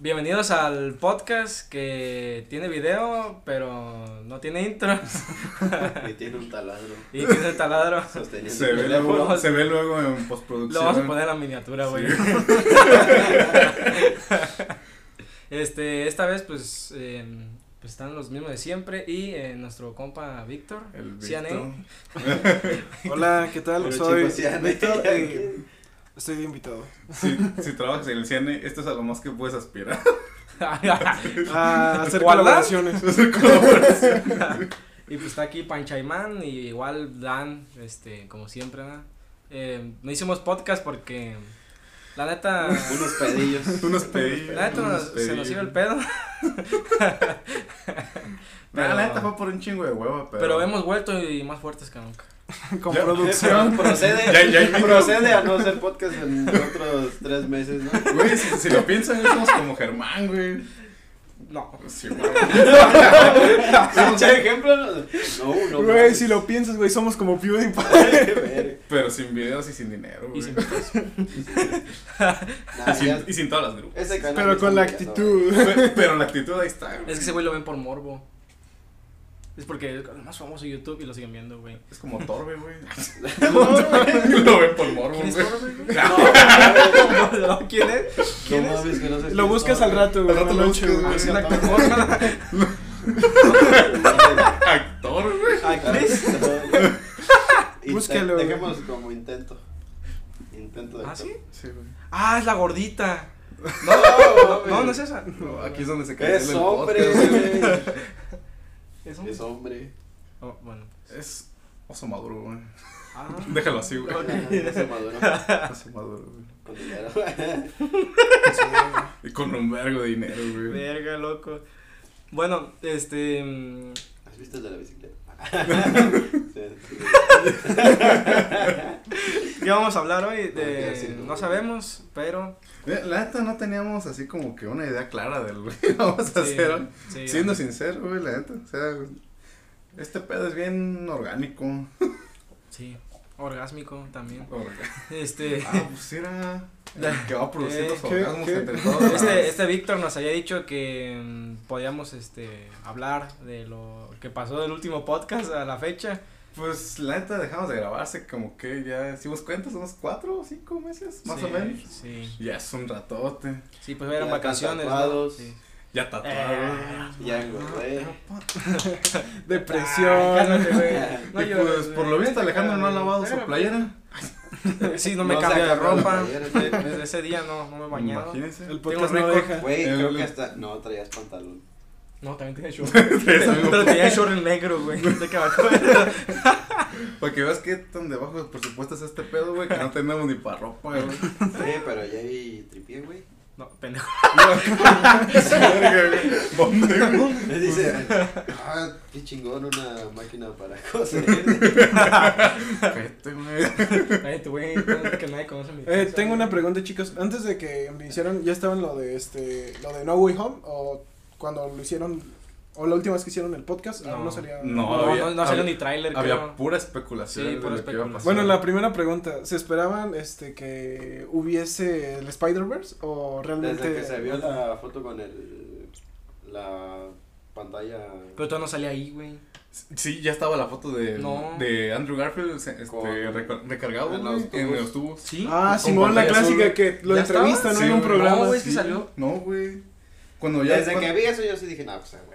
Bienvenidos al podcast que tiene video, pero no tiene intro. Y tiene un taladro. y tiene el taladro. Sosteniendo Se el ve, teléfono. luego, se ve luego en Lo vamos a postproducción. poner en la miniatura, güey. Sí. este, esta vez, pues, eh, pues están los mismos de siempre y eh, nuestro compa Víctor. El CNA. Vito. Hola, ¿qué tal? Pero Soy chicos, ya no- Víctor y estoy de invitado. Si, si trabajas en el CNE, esto es a lo más que puedes aspirar. A hacer ¿Ojalá? colaboraciones. Hacer colaboraciones. y pues está aquí Panchaimán y igual Dan, este, como siempre, ¿no? Eh, no hicimos podcast porque la neta... Unos pedillos. Unos pedillos. La neta unos nos- se nos pedillos. iba el pedo. Nah, La neta Pero- fue por un chingo de hueva, pero. Pero hemos vuelto y más fuertes que nunca. Con Ya. producción. Procede, Ya- ya hay micro. procede a no hacer podcast en otros tres meses, ¿no? Güey, si, si lo piensan, ya somos como Germán, güey. Pues No. Sí, güey. Pinche ejemplo. No, no. Güey, si lo piensas, güey, somos como PewDiePie. Pero sin videos y sin dinero, Y güey. Y sin sin, Nah, Ah, ya- y sin todas las grupos. ese canal Pero está con humillando, la actitud. Pe- Pero la actitud ahí está, güey. Es que ese güey lo ven por morbo. Es porque es el más famoso de YouTube y lo siguen viendo, güey. Es como Torbe, güey. güey. No, güey. lo ven por morbo, ¿Quién es güey. Torbe, güey? No, no, no. No, no, ¿Quién es? ¿Quién No es? mames, que no sé Lo quién buscas son, al rato, güey. Al rato en la lo noche, buscas, güey. güey. Es un actor Ah, porno. Actor, güey. Ah, Ah, Actriz. No. Y Búsquelo, te- güey. Dejemos como intento. Intento de ¿Ah, sí? Sí, güey. Ah, es la gordita. No, No, no es esa. No, aquí es donde se cae Es el hombre, podcast, güey. güey. Es un- Es hombre. Oh, bueno. Es oso maduro, güey. Ah. Déjalo así, güey. Ok. Es maduro. Oso maduro, güey. Con dinero. Y con un vergo de dinero, güey. Verga, loco. Bueno, este. mm, ¿Has visto el de la bicicleta? ¿Qué vamos a hablar hoy? De- Ok, sí, no. no sabemos, pero. Eh, La neta no teníamos así como que una idea clara del güey. Vamos a sí, hacer. sí, ah, Siendo sincero, güey, la neta. O sea, este pedo es bien orgánico. Sí, orgásmico también. Orga- Este, Ah, pues era. el Que va Eh, produciendo los ¿qué- orgasmos qué? entre todos. este, este Víctor nos había dicho que mm, podíamos este, hablar de lo que pasó del último podcast a la fecha. Pues la neta dejamos de grabarse como que ya hicimos cuentas unos cuatro o cinco meses, más Sí, o menos. Sí, Ya es un ratote. sí, pues eran Ya vacaciones. ¿no? tatuados. Sí. Eh, Ya tatuado. Ya Ah, engordé. Ay, Depresión. Ah, cálmate, güey. Y llores, pues güey. por lo visto Vete, Alejandro no ha cara, lavado su espérame. playera. Sí, no me No se ha cambia de cambiado la ropa. playera, De- Desde ese día no, no me he bañado. Imagínense. El podcast Tengo no récord. deja. Güey, El- creo Eh, que hasta. No, traías pantalón. No, también tenía short. pero tenía short en negro, güey. De que bajó. Porque veas que tan debajo del presupuesto es este pedo, güey, que no tenemos ni para ropa, güey. Sí, pero ya vi tripié, güey. No, pendejo. Verga, güey. ¿Dónde, güey? Me dice, ah, qué chingón una máquina para coser. Vete, güey. Ay, tu güey, no, que nadie conoce mi Eh, casa, tengo güey. una pregunta, chicos. Antes de que me hicieran, ¿ya estaban lo de este, lo de No Way Home? ¿O cuando lo hicieron, o la última vez que hicieron el podcast? No. aún no salía. No, No, había- no, no salió había- ni tráiler, Había creo. pura especulación. Sí, de pura lo que iba a especulación. pasar. Bueno, la primera pregunta, ¿se esperaban este que hubiese el Spider-Verse o realmente Desde que se vio la foto con el. La pantalla. Pero todavía no salía ahí, güey. Sí, ya estaba la foto de, No. de Andrew Garfield se- este, Con- reca- recargado en güey, los en tubos. los tubos. Sí. Ah, Con Simón, la pantalla azul, clásica güey. que lo ¿Ya entrevistan estaba? ¿no? Sí, en un güey. programa. No, güey. es que salió. No, güey. Cuando ya. Desde cuando- que vi eso, yo sí dije, no, pues, güey.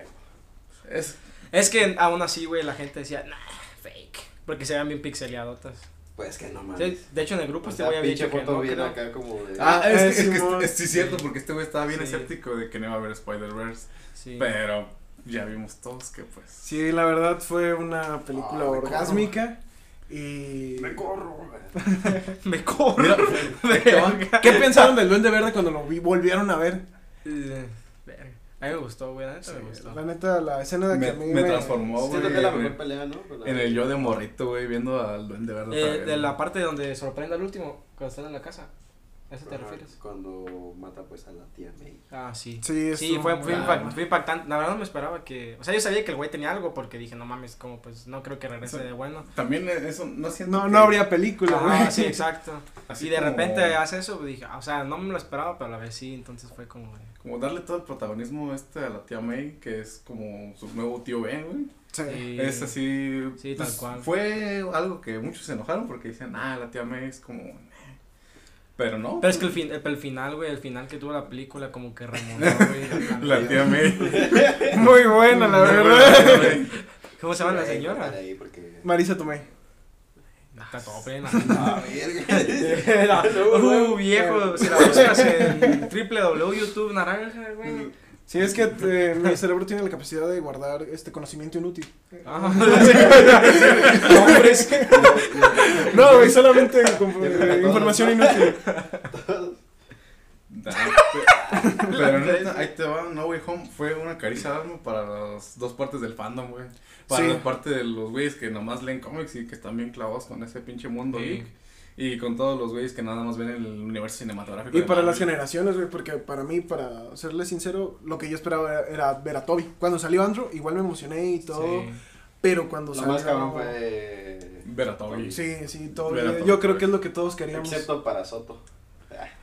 Es, Es que aún así, güey, la gente decía, nah, fake. Porque se vean bien pixeleadotas. Pues que no Sí, mames. de hecho, en el grupo Pues este te voy güey a había pinche dicho que foto no. bien creo. acá como de. ah, es, eh, que- es que Simón. es- sí, cierto, porque este güey estaba bien Sí. escéptico de que no iba a haber Spider-Verse. Sí. Pero ya vimos todos que, pues. Sí, la verdad fue una película Ah, me orgásmica y... Me corro, güey. Me corro. Mira, Verga. ¿Qué pensaron del Duende Verde cuando lo vi- volvieron a ver? Eh, verga. A mí me gustó, güey, la neta me gustó. La neta, la escena de que me, a mí me transformó, güey. Siento que es la mejor en- pelea, ¿no? Con la- En el yo de morrito, güey, viendo al duende verde. Eh, otra vez, de güey. la parte donde sorprende al último, cuando están en la casa. ¿A eso te Ajá, refieres? Cuando mata pues a la tía May. Ah, sí. Sí, Sí, estuvo fue, muy fue raro. impact- fue impactante. La verdad no me esperaba que. O sea, yo sabía que el güey tenía algo porque dije, no mames, como pues no creo que regrese Sí. de bueno. También eso, no siento No, que- no habría película, güey. Ah, sí, exacto. así y de como- repente hace eso, dije, ah, o sea, no me lo esperaba, pero a la vez sí, entonces fue como. de, Como darle todo el protagonismo este a la tía May, que es como su nuevo tío Ben, güey. Sí. sí, Es así. pues, Sí, tal cual. Fue algo que muchos se enojaron porque decían, ah, la tía May es como. "Eh". Pero no. Pero es que el, fin, el, el final, güey, el final que tuvo la película, como que remontó, güey. La tía May. Muy buena, la verdad. ¿Cómo se llama la Ahí, señora? Ahí porque... Marisa Tomei. Está todo pena. Ah, verga. Uh, viejo, si la buscas en www, YouTube, naranja, güey. Sí, es que eh, mi cerebro tiene la capacidad de guardar este conocimiento inútil. Ah, Hombres. No, güey, solamente con- eh, información inútil. Nah, pe- pero neta, ahí te va, No Way Home fue una caricia al alma para las dos partes del fandom, güey. Para Sí. la parte de los güeyes que nomás leen cómics y que están bien clavados con ese pinche mundo Sí. geek. Y con todos los güeyes que nada más ven el universo cinematográfico. Y de para las Marvel. generaciones, güey, porque para mí, para serles sincero, lo que yo esperaba era, era ver a Toby. Cuando salió Andrew, igual me emocioné y todo, sí. pero cuando Lo salió... más cabrón fue... Ver a Toby. Sí, sí, todo. Ver a Toby, yo creo güey. que es lo que todos queríamos. Excepto para Soto.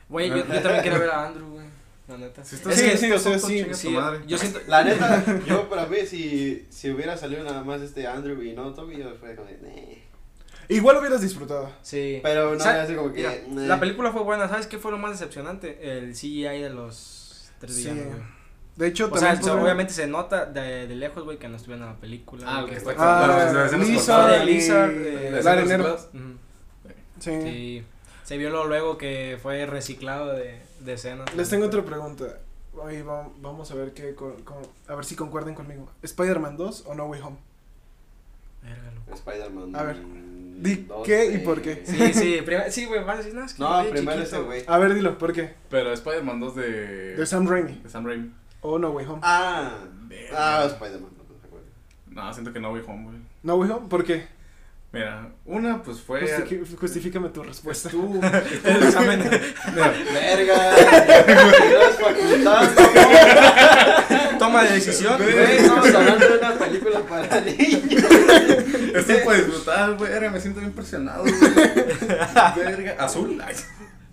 Güey, yo, yo también quiero ver a Andrew, güey. La neta. Sí, está- Es sí, que- sí, o sea, sí, chinga sí, tu madre. madre. Yo siento. La neta, yo para mí, si, si hubiera salido nada más este Andrew y no Tommy, yo fue como de, "Neh". Igual lo hubieras disfrutado. Sí. Pero no, Sa- así como que, mira, eh, "Neh". La película fue buena. ¿Sabes qué fue lo más decepcionante? El CGI de los tres Sí. villanos, güey. De hecho, O sea, también... pues, se- fue- obviamente se nota de, de lejos, güey, que no estuvieron en la película. Ah, güey, que fue- está Ah, Las- las escenas Lizard, cortadas. y- Lizard, eh, Las la escenas arenero. cortadas. Ujú, Sí. Sí. Se vio luego- luego que fue reciclado de, de escenas. Les tengo otra pregunta. Ahí va- vamos a ver qué... con- con- a ver si concuerden conmigo. ¿Spider-Man 2 o No Way Home? Verga, loco. Spider-Man. A ver, mm, di dos, qué y eh, por qué. Sí, sí, prim- sí, güey, vas a decir, no, es que No, yo era primero chiquito". ese güey. A ver, dilo, ¿por qué? Pero Spider-Man 2 de. De Sam Raimi de Sam Raimi. o No Way Home. Ah, Verga. ah Spider-Man. no, no recuerdo. No, siento que No Way Home, güey. No Way Home, ¿por qué? Mira, una pues fue. Justifi- justifícame tu respuesta. El examen. Verga. las facultades, cabrón. Toma de decisión. Güey. Güey, Estamos hablando de una película para niños. Esto es para disfrutar, güey. Verga, me siento bien presionado, güey. Verga. Azul. Ay,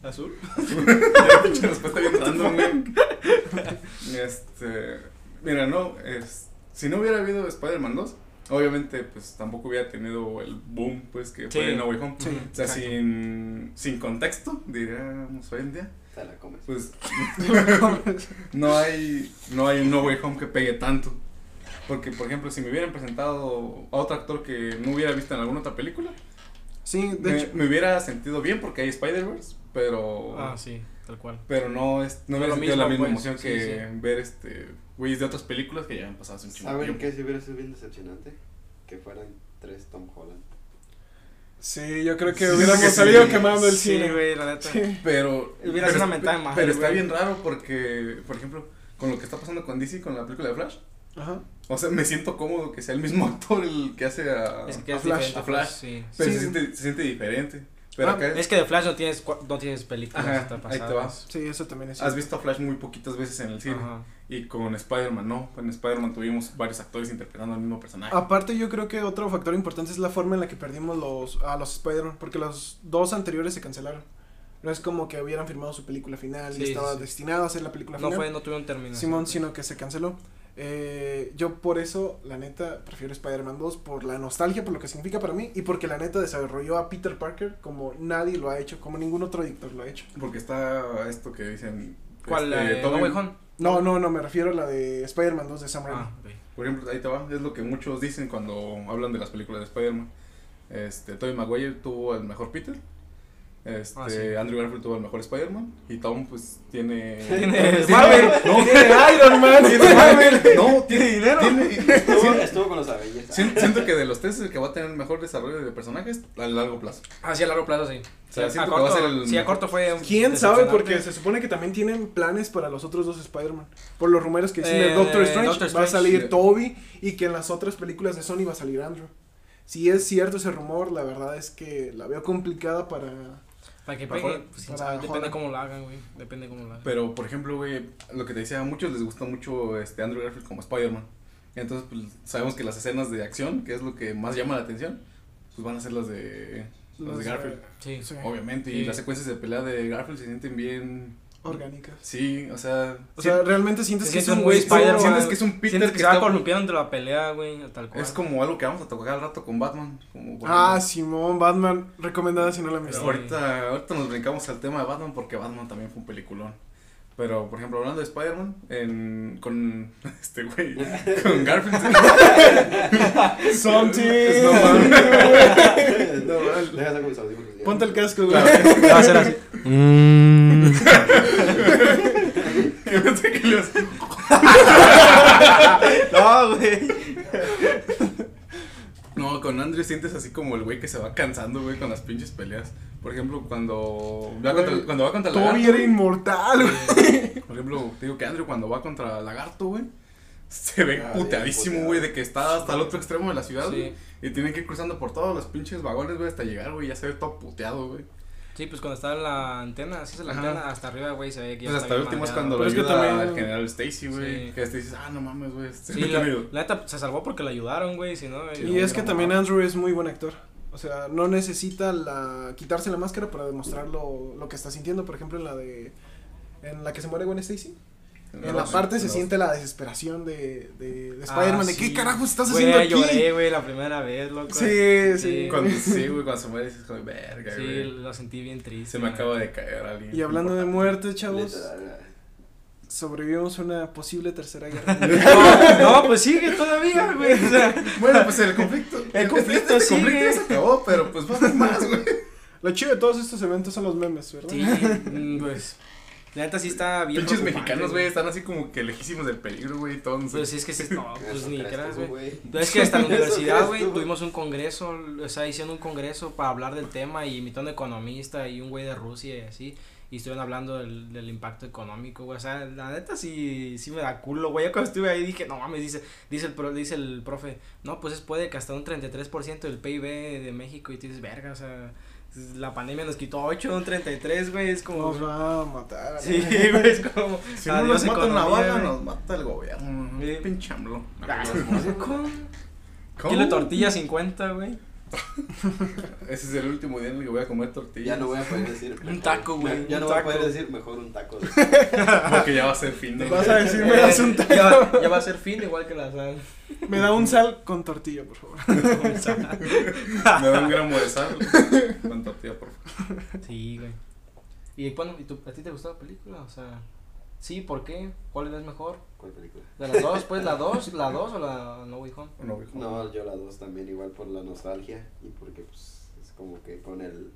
Azul. pinche respuesta bien random, güey. Este. Mira, no. Es, si no hubiera habido Spider-Man 2, obviamente, pues tampoco hubiera tenido el boom, pues Sí. que fue No Way Home. Sí, O sea, exacto. sin, sin contexto, diríamos hoy en día, Te la comes. pues no hay no hay un No Way Home que pegue tanto. Porque, por ejemplo, si me hubieran presentado a otro actor que no hubiera visto en alguna otra película, Sí, de me, hecho. me hubiera sentido bien porque hay Spider-Verse, pero Ah, sí, tal cual. pero no, es, no No lo hubiera sentido la mismo, misma pues, emoción sí, que ver este güeyes de otras películas que ya han pasado hace un chingo de ¿Saben tiempo. qué si hubiera sido bien decepcionante? Que fueran tres Tom Holland. Sí, yo creo que Sí, hubiéramos que sí. salido quemando el sí, cine. güey, la neta. Sí. Pero Hubiera pero sido es- una mentada de madre, Pero está güey. bien raro porque, por ejemplo, con lo que está pasando con DC con la película de Flash, Ajá. O sea, me siento cómodo que sea el mismo actor el que hace a. Es que A es Flash, diferente. a Flash. pues, sí. Pero Sí. se, siente, se siente diferente. Pero Ah, acá. Es que de Flash no tienes, cua- no tienes películas Ajá, hasta ahí te pasadas. vas. Sí, eso también es. Has visto a Flash muy poquitas veces en el cine. Ajá. Y con Spider-Man no. Con Spider-Man tuvimos varios actores interpretando al mismo personaje. Ah. Aparte, yo creo que otro factor importante es la forma en la que perdimos los, a los Spider-Man, porque los dos anteriores se cancelaron. No es como que hubieran firmado su película final Sí, y estaba sí. destinado a ser la película No final. fue, no tuvieron terminación. Simón, sino que se canceló. Eh, yo por eso, la neta, prefiero Spider-Man 2 por la nostalgia, por lo que significa para mí y porque la neta desarrolló a Peter Parker como nadie lo ha hecho, como ningún otro editor lo ha hecho. Porque está esto que dicen. ¿Cuál? este, Eh, Tobey- ¿No Way Home? No, no, no, me refiero a la de Spider-Man 2 de Sam Raimi. Ah, ok. Por ejemplo, ahí te va. Es lo que muchos dicen cuando hablan de las películas de Spider-Man. Este, Tobey Maguire tuvo el mejor Peter. Este, Ah, sí. Andrew Garfield tuvo el mejor Spider-Man. Y Tom, pues, tiene. Tiene Sí, Marvel. No, Tiene Iron Man. Tiene Marvel. No, tiene dinero. Estuvo, estuvo con los Avengers. siento que de los tres el que va a tener el mejor desarrollo de personajes a largo plazo. Así a largo plazo, Ah, sí. O Sí, a sea, siento que corto, va a ser el sí, a mejor. corto fue. ¿Quién sabe? Porque decepcionante. se supone que también tienen planes para los otros dos Spider-Man. Por los rumores que dicen Eh, de Doctor Strange, Doctor va a Strange, salir sí. Toby y que en las otras películas de Sony va a salir Andrew. Si es cierto ese rumor, la verdad es que la veo complicada para... Para que Para pegue, joder. pues, quién Para sabe, depende joder. cómo lo hagan, güey. Depende cómo lo hagan. Pero, por ejemplo, güey, lo que te decía, a muchos les gusta mucho este Andrew Garfield como Spider-Man. Entonces, pues, sabemos que las escenas de acción, que es lo que más llama la atención, pues van a ser las de, las de Las, eh, Garfield. sí. sí, Obviamente, y Sí. las secuencias de pelea de Garfield se sienten bien. orgánicas. Sí, o sea. O sí, sea, realmente sientes Es que que es es un un güey güey Spider-Man. Spider-Man. sientes que es un Peter Sientes que, que se va está. columpiando la pelea, güey, tal cual. Es como algo que vamos a tocar al rato con Batman. Como Ah, Simón, Batman, recomendada si no la han Pero visto. ahorita, ahorita nos brincamos al tema de Batman porque Batman también fue un peliculón. Pero, por ejemplo, hablando de Spider-Man, en, con este güey, con Garfield. Something. No mames. no, deja saco mis audífonos. ya. Ponte el casco, güey. Claro. Va a ser así. Yo pensé que le ibas- No, güey. No, con Andrew sientes así como el güey que se va cansando, güey, con las pinches peleas. Por ejemplo, cuando va contra, cuando va contra el Toby lagarto. era inmortal, güey. Por ejemplo, te digo que Andrew cuando va contra el lagarto, güey, se ve Ah, bien puteadísimo, puteado. güey, de que está hasta el otro extremo de la ciudad, güey. Sí. Y tienen que ir cruzando por todos los pinches vagones, güey, hasta llegar, güey, ya se ve todo puteado, güey. Sí, pues cuando está en la antena, así es la Ajá. antena, hasta arriba, güey, se ve que ya está Pues hasta el bien último es madreado. cuando lo Pero es que ayuda también- al general Stacy, güey, Sí. que este dices, ah, no mames, güey, este Sí, no la, tiene- la neta pues, se salvó porque la ayudaron, güey, si no. Sí, eh, Y es que no, también no. Andrew es muy buen actor. O sea, no necesita la quitarse la máscara para demostrar lo, lo que está sintiendo. Por ejemplo, en la de. En la que se muere Gwen Stacy. En la los- parte se los- siente la desesperación de, de, de Ah, Spider-Man. de, sí. ¿Qué carajo estás Güey, haciendo aquí? lloré, güey, la primera vez, loco. Sí, sí. Sí. Cuando, sí, güey, cuando se muere dices, joder, verga, Sí, güey. lo sentí bien triste. Se me güey. acaba de caer alguien. Y hablando de muerte, chavos, Literal, sobrevivimos a una posible tercera guerra. mundial. No, no, pues sigue todavía, güey. O sea, Bueno, pues el conflicto. El conflicto este sigue. conflicto ya se acabó, pero pues va a haber más, güey. lo chido de todos estos eventos son los memes, ¿verdad? sí, mm, pues. La neta sí está bien. Pinches preocupante, mexicanos, güey, están así como que lejísimos del peligro, güey, entonces. Pues sí, es que sí, no, pues Eso ni crees creas, tú, güey. Es que hasta la Eso universidad, crees güey, tú, güey. tuvimos un congreso, o sea, hicieron un congreso para hablar del tema y invitaron a un economista y un güey de Rusia y así, y estuvieron hablando del, del impacto económico, güey, o sea, la neta sí, sí me da culo, güey, yo cuando estuve ahí dije, no mames, dice, dice el, pro- dice el profe, no, pues es puede que hasta un 33% del PIB de México y tú dices, verga, o sea, la pandemia nos quitó 8, un 33, güey, es como... Nos va a matar. Sí, güey, es como... si no adiós nos matan la economía, bala, güey. nos mata el gobierno. Sí. Pinche AMLO. Ah, ¿cómo? ¿Cómo? Kilo de tortilla 50, güey. Ese es el último día en el que voy a comer tortillas. Ya no voy a poder decir. Un taco, güey, Ya un no voy a taco. poder decir mejor un taco. Porque ya va a ser fin de. Vas a decir, me Eh, das un taco. Ya, va- ya va a ser fin igual que la sal. Me da un sal con tortilla, por favor. Me da un gramo de sal. Con tortilla, por favor. sí, güey. Y bueno, ¿y tú, ¿a ti te gustó la película? O sea, sí, ¿por qué? ¿Cuál es mejor? ¿Cuál película? ¿De las dos? Pues la dos, la dos o la No Way Home. No, güey. No, yo la dos también, igual por la nostalgia y porque pues es como que con el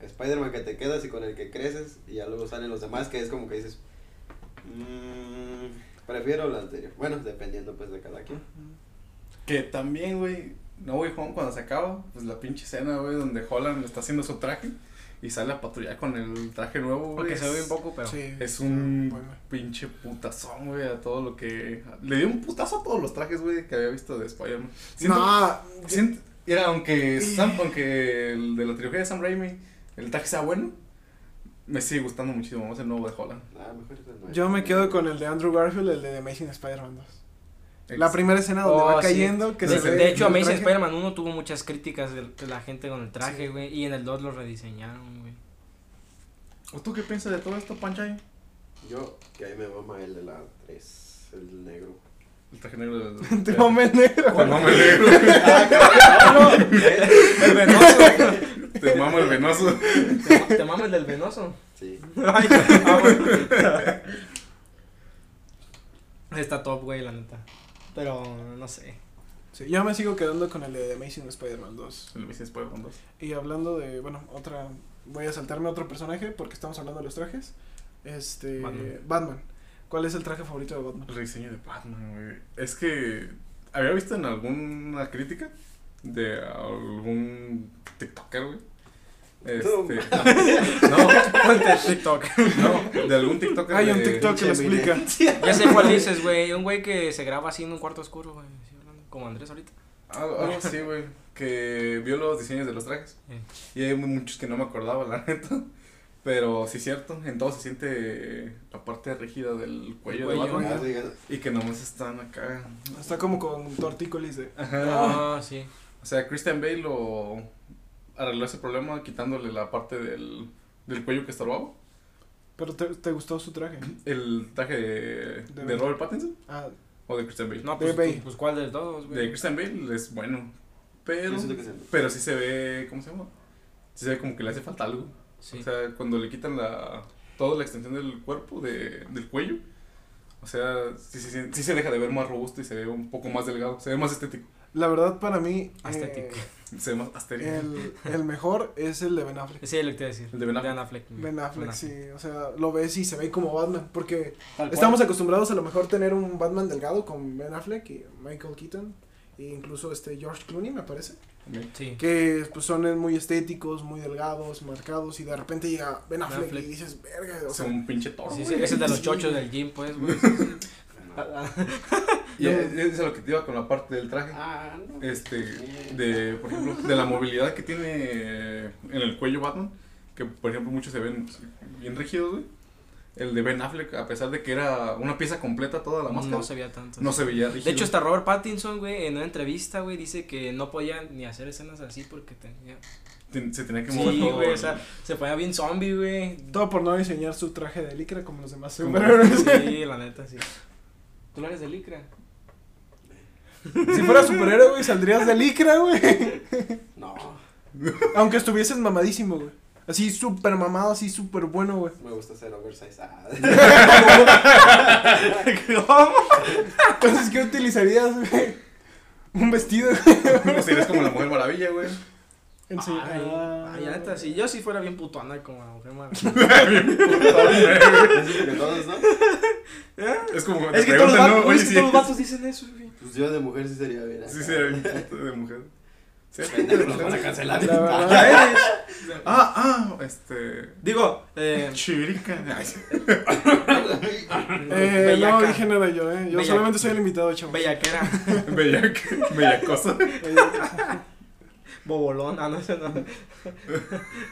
Spider-Man que te quedas y con el que creces y ya luego salen los demás que es como que dices, "Mm, prefiero la anterior. Bueno, dependiendo pues de cada quien. Que también, güey, No Way Home cuando se acaba, pues la pinche escena, güey, donde Holland está haciendo su traje y sale a patrullar con el traje nuevo, güey. Porque se ve es- un poco, pero. Sí. Es un Bueno. pinche putazón, güey, a todo lo que... Le dio un putazo a todos los trajes, güey, que había visto de Spider-Man. Siento- No, siento- Era, aunque, Sam- aunque el de la trilogía de Sam Raimi, el traje sea bueno, me sigue gustando muchísimo más el nuevo de Holland. Ah, mejor es Pues, el nuevo. yo me quedo con el de Andrew Garfield, el de The Amazing Spider-Man 2. La Ex- primera escena donde Oh, va sí. cayendo, que de, se ve de hecho, el Amazing traje. Spider-Man 1 tuvo muchas críticas de de la gente con el Sí. traje, güey. Y en el 2 lo rediseñaron, güey. ¿O ¿Tú qué piensas de todo esto, Panchay? Yo, que ahí me mama el de la 3, el negro. El traje negro del... Te mamé el negro. Te mama el negro. Ah, Ah, El venoso. Te mama el venoso. te, ma- te mames el del venoso. Sí. Ay, te Ah, mamo. Está top, güey, la neta. Pero no sé. Sí, yo me sigo quedando con el de The Amazing Spider-Man 2. El Miss Spider-Man 2. Y hablando de, bueno, otra, voy a saltarme a otro personaje porque estamos hablando de los trajes. Este, Batman. Batman. ¿Cuál es el traje favorito de Batman? El diseño pues, de Batman, güey. Es que había visto en alguna crítica de algún TikToker, güey. Este, no, Ponte el TikTok. no, de algún TikToker. Hay un de- TikTok que lo Che, explica. Ya sé cuál dices, güey. Un güey que se graba así en un cuarto oscuro, güey. así hablando, Como Andrés ahorita. Algo algo así, güey. Que vio los diseños de los trajes. Y hay muchos que no me acordaba, la neta. Pero sí es cierto, en todo se siente la parte rígida del cuello, cuello, de Batman. ¿no? Ah, sí, ya- Y que nomás están acá. Está como con tortícolis de. Ajá. No, Ah, sí. O sea, Christian Bale lo arregló ese problema quitándole la parte del, del cuello que estorbaba. Pero te, te gustó su traje. El traje de, De de Bale. Robert Pattinson Ah, o de Christian Bale. No, De pues, Bale. tú- pues ¿cuál de todos, güey? De Christian Bale es bueno. Pero, Yo siento que se- pero sí se ve, ¿cómo se llama? Sí se ve como que le hace falta algo. Sí. O sea, cuando le quitan la toda la extensión del cuerpo, de, del cuello, o sea, sí, sí, sí- sí se deja de ver más robusto y se ve un poco más delgado, se ve más estético, la verdad, para mí. eh, Estético. se ve más astérico. el, el mejor es el de Ben Affleck. Sí, lo que te iba a decir. El de Ben Affleck. Mm. Ben Affleck, sí. O sea, lo ves y se ve como Batman. Porque Tal cual. estamos acostumbrados a lo mejor tener un Batman delgado con Ben Affleck y Michael Keaton. E incluso este George Clooney, me parece. También. Sí. Que pues, son muy estéticos, muy delgados, marcados. Y de repente llega Ben Ben Affleck, Affleck. y dices, verga. O Es sea, un pinche toro. Sí, sí, güey. es el de los Sí. chochos del gym, pues, güey. Ah, Y es, es a lo que te iba con la parte del traje. Ah, no. Este, de, por ejemplo, de la movilidad que tiene en el cuello Batman, que por ejemplo muchos se ven bien rígidos, güey. El de Ben Affleck, a pesar de que era una pieza completa toda la máscara, No se veía tanto. no se veía rígido. De hecho, hasta Robert Pattinson, güey, en una entrevista, güey, dice que no podía ni hacer escenas así porque tenía... Ten- se tenía que mover Sí, todo güey, o el- sea, se ponía bien zombie, güey. Todo por no diseñar su traje de licra como los demás Como- superhéroes. Sí, la neta, sí. ¿Tú no eres de licra? si fueras superhéroe, güey, saldrías de licra, güey. No, Aunque estuvieses mamadísimo, güey. Así súper mamado, así súper bueno, güey. me gusta ser oversize. Ah, ¿Cómo? Entonces, ¿qué utilizarías, güey? Un vestido, güey. O sea, eres como la Mujer Maravilla, güey. Ense- Ay, Ah. ay, la neta, sí. Yo sí fuera bien putona como la mujer maravilla. yo siento que todos, ¿no? Es como cuando Es te que todos los preguntan, vatos, ¿no? Oye, es que sí, todos los vatos dicen eso, güey. Pues yo de mujer sí sería bien. acá. sí, sí, era bien puto de mujer. Sí, era Pendejo, bien nos van a puto. cancelar. La verdad. Ya eres. Ah, ah, este... Digo, eh, Chirica. Ay, sí. Eh, no bellaca. dije nada yo, eh. Yo Bellaca. solamente soy el invitado, chavo. Bellaquera, Bellac- Bellacosa. bobolón, ah, no sé, no.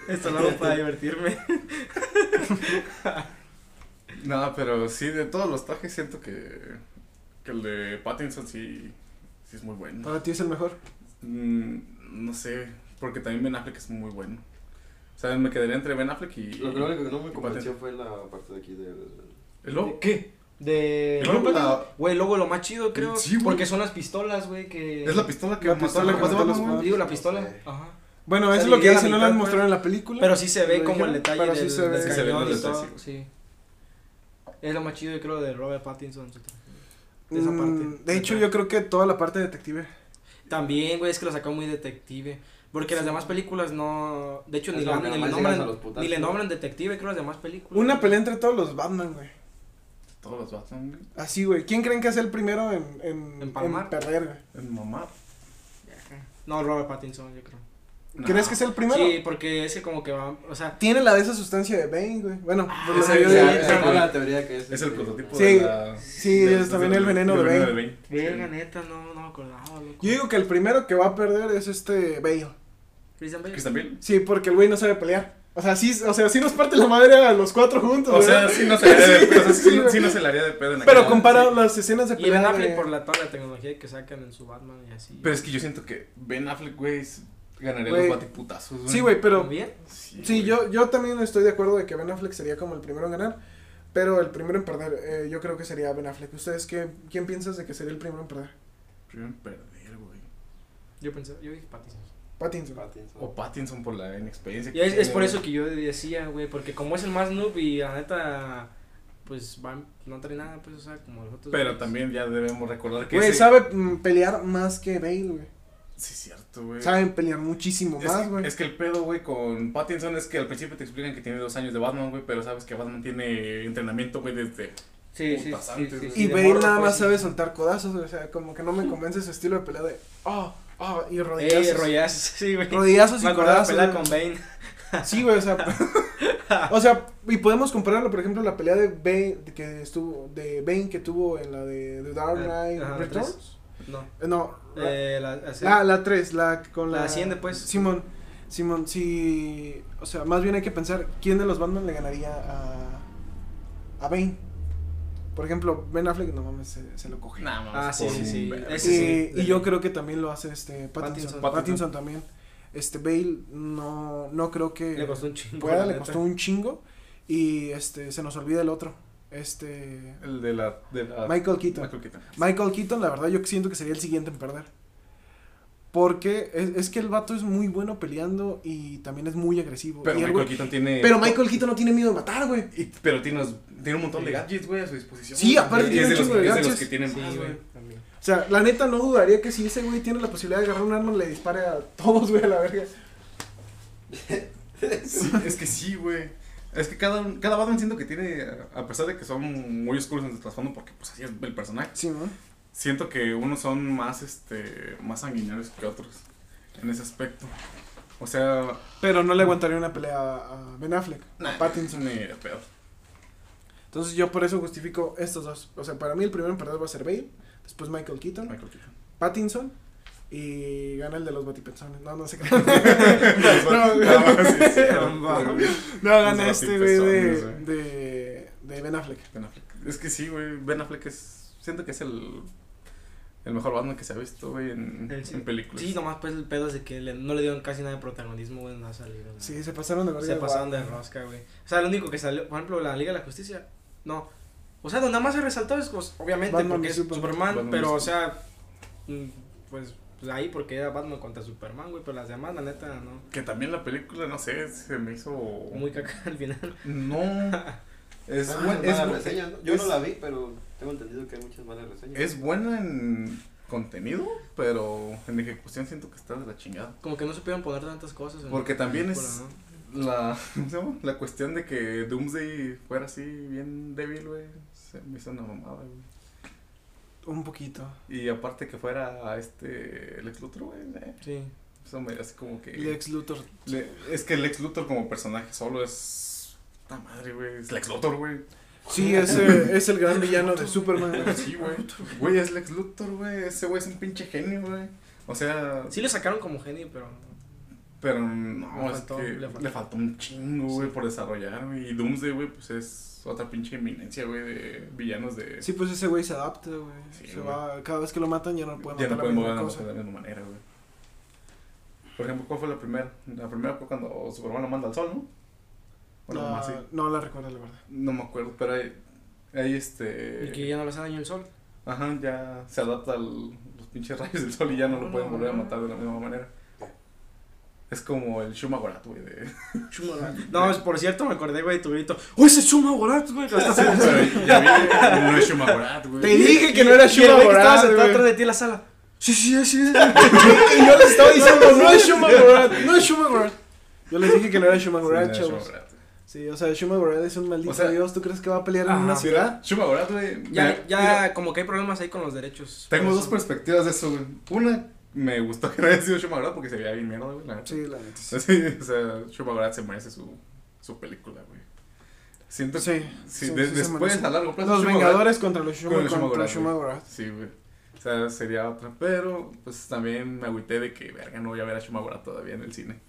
Esto lo hago para divertirme. No, pero sí, de todos los trajes siento que, que el de Pattinson sí, sí es muy bueno. Para ti es el mejor. Mm, no sé, porque también Ben Affleck es muy bueno. O sea, me quedaría entre Ben Affleck y... Lo que lo único que no me y convenció fue la parte de aquí de. Pattinson. ¿El lobo? ¿Qué? De. ah, El lobo, la- Güey, luego lo más chido, creo. Sí, güey. porque son las pistolas, güey, que. Es la pistola que La mató a pistola que Batman, mató a los güey. Batman. Digo, la No pistola. sé. Ajá. Bueno, O sea, eso es lo que dividida la dicen, no lo mitad, han mostrado pues. en la película. Pero sí se ve Lo como dijeron, el detalle pero del, sí se ve. del Sí se ven cañón los y todo, detalles, Sí. Es lo más chido, creo, de Robert Pattinson. su traje. De de esa parte. Mm, De hecho, yo creo que toda la parte detective. También, güey, es que lo sacó muy detective. Porque las demás películas no. De hecho, Es ni, como la- que ni le nomás llegas a nombran, los putazos. ni le nombran detective, creo, las demás películas. Una pelea entre todos los Batman, güey. Todos los Batman, güey. Así, güey. ¿Quién creen que es el primero en, en, En palmar. en perder, güey? El mamá. No, Robert Pattinson, yo creo. ¿Crees que es el primero? Sí, porque ese como que va. O sea, Tiene la de esa sustancia de Bane, güey. Bueno, Ah, por lo ese que yo es digo. el- Esa fue la teoría que es. Es el este, prototipo Sí, de la... sí, de- es también de- el veneno de Bane. verga, Sí. neta, no, no me acordaba, loco. Yo digo que el primero que va a perder es este Bale. Christian Bale. Christian Bale. Sí, porque el güey no sabe pelear. O sea, sí, o sea, sí nos parte la madre a los cuatro juntos, O güey. sea, sí no se le haría de pedo. o sea, sí Sí, no- güey. sí no se le haría de pedo en aquel Pero momento. compara las escenas de Y Ben pelea. Affleck de- Pues, por la, toda la tecnología que sacan en su Batman y así. Pero es que yo siento que Ben Affleck, güey, es- ganaría Güey. los batiputazos, güey. Sí, güey, pero ¿También? Sí, sí, güey. yo yo también estoy de acuerdo de que Ben Affleck sería como el primero en ganar, pero el primero en perder eh, yo creo que sería Ben Affleck. ¿Ustedes qué quién piensas de que sería el primero en perder? Primero en perder, güey. Yo pensé, yo dije Pattinson. Pattinson. Pattinson. O Pattinson por la inexperiencia. Y es, es eh, por eso que yo decía, güey, porque como es el más noob y la neta, pues va, no trae nada, pues, o sea, como los otros. Pero güeyes. también ya debemos recordar que. Güey, ese- sabe mm, pelear más que Bale, güey. Sí, cierto, güey. Saben pelear muchísimo Es, más, güey. es que el pedo, güey, con Pattinson es que al principio te explican que tiene dos años de Batman, güey, pero sabes que Batman tiene entrenamiento, güey, desde. Sí, sí, putas sí, antes, sí, güey. sí, Y de Bale morro, nada pues, más sí. sabe soltar codazos, güey, o sea, como que no me convence su estilo de pelea de oh, oh, y Ey, rodillazos. rollazos, sí, güey. Rodillazos y Me acordaba de codazos. pelear güey. con Bane. Sí, güey, o sea, o sea, y podemos compararlo, por ejemplo, la pelea de Bane que estuvo de Bane que tuvo en la de The Dark Knight Ajá, la tres. Returns. No. Eh, No, Eh, la, así- Ah, la la 3, la con La la asciende, pues. Simón. Simón, sí. O sea, más bien hay que pensar quién de los Batman le ganaría a. a Bane. Por ejemplo, Ben Affleck, no mames, se, se lo coge. Nada más. Ah, sí, por sí, un sí. ver- Y, Ese sí, y de yo ley. creo que también lo hace este Pattinson. Pattinson. Pattinson, también. Este Bale, no, no creo que. Le costó un chingo. pueda, Pues la le neta. costó un chingo. Y este, se nos olvida el otro. Este. El de la. De la Michael Keaton. Michael Keaton. Michael Keaton, la verdad, yo siento que sería el siguiente en perder. Porque es, es que el vato es muy bueno peleando y también es muy agresivo. Pero Y el Michael güey- Keaton tiene. pero Michael Keaton no tiene miedo de matar, güey. Y- pero tiene, unos- tiene un montón de gadgets, güey, a su disposición. Sí, aparte Y tiene es de un los, chingo de es de los gadgets. que tienen más, Sí, güey. güey. también. O sea, la neta no dudaría que si ese güey tiene la posibilidad de agarrar un arma, le dispare a todos, güey, a la verga. Sí, es que sí, güey. Es que cada, cada Batman siento que tiene, a pesar de que son muy oscuros en su trasfondo, porque pues así es el personaje, Sí, ¿no? siento que unos son más, este, más sanguinarios que otros en ese aspecto. O sea, Pero no le aguantaría una pelea a a Ben Affleck, a Pattinson. ni de pedo. Entonces yo por eso justifico estos dos. O sea, para mí el primero en perder va a ser Bale, después Michael Keaton, Michael Keaton. Pattinson y gana el de los batipensones. No, no sé qué. Nada más, Ah, sí, sí, No, güey. No, gana este güey de, batipensones, de, de Ben Affleck. Ben Affleck. Es que sí, güey. Ben Affleck es. Siento que es el. El mejor Batman que se ha visto, güey, en, Él sí. en películas. Sí, nomás pues el pedo es de que le- no le dieron casi nada de protagonismo, güey, en la salida. güey. Sí, se pasaron de verga. Se de pasaron de guapo. rosca, güey. O sea, lo único que salió, por ejemplo, la Liga de la Justicia, no. O sea, donde más se resaltó es, pues, obviamente, Batman porque y es Superman. Superman, Batman y pero, o Superman. sea, mm, pues, pues, ahí porque era Batman contra Superman, güey, pero las demás, la neta, no. Que también la película, no sé, se me hizo. Muy caca al final. No. Es, Ah, buen- malas es, bu- reseñas, ¿no? Yo es- no la vi, pero tengo entendido que hay muchas malas reseñas. es buena en contenido, pero en ejecución siento que está de la chingada. Como que no supieron poner tantas cosas. en Porque la también es- película, ¿no? La, ¿cómo se llama? la cuestión de que Doomsday fuera así bien débil, güey, se me hizo una mamada, güey. Un poquito. Y aparte que fuera este, el Luthor, güey, eh, Sí. eso me hace como que... Lex Luthor. Le- es que Lex Luthor como personaje solo es. Puta madre, güey. Es Lex Luthor, güey. Sí, ese es el gran villano de Superman. güey. Sí, güey. Güey, es Lex Luthor, güey. Ese güey es un pinche genio, güey. O sea. Sí lo sacaron como genio, pero... Pero no, Le es faltó- que le faltó. le faltó un chingo, güey, Sí. por desarrollar, güey. Y Doomsday, güey, pues es otra pinche eminencia, güey, de villanos de. Sí, pues ese güey se adapta, güey. Sí, Se güey. va- cada vez que lo matan ya no pueden ya no matar pueden la mover a misma la cosa. mujer de la misma manera, güey. Por ejemplo, ¿cuál fue la primera? La primera fue cuando Superman lo manda al sol, ¿no? Bueno, La- más sí. No la recuerdo, la verdad. No me acuerdo, pero ahí, ahí este. Y que ya no le hace daño el sol. Ajá, ya se adapta a los pinches rayos del sol y ya no lo pueden volver a matar de la misma manera. Es como el Shumagorat, güey. De... No, es- por cierto, me acordé, güey, tu grito. ¡Oh, ese es Shuma Gorat, güey! Lo estás- Pero ya vi, no es Shumagorat, güey. Te dije que no era Y el güey Shuma que estaba Gorat, sentado güey. atrás de ti en la sala. Sí, sí, sí. sí. Y yo les estaba diciendo, no es Schumacher, no es Schumacher. Yo les dije que no era Schumacher, Sí, chavos. Sí, o sea, Schumacher es un maldito O sea- dios. ¿Tú crees que va a pelear en Ajá. una ciudad? Shumagorat, güey. Ya, me- ya mira, como que hay problemas ahí con los derechos. tengo Por dos eso. perspectivas de eso, güey. Una, me gustó que no haya sido Shumagorat porque se veía bien mierda, güey. La neta. Sí, la neta. sí. Sí, o sea, Shumagorat se merece su, su película, güey. Siento Sí, que. Pues Sí, sí, de- sí se después, merece. a largo plazo. Los Schumacher- Vengadores contra los Con el Schumacher. Contra Schumacher, güey. Schumacher. Sí, güey. O sea, sería otra. Pero, pues también me agüité de que, verga, no voy a ver a Shumagora todavía en el cine.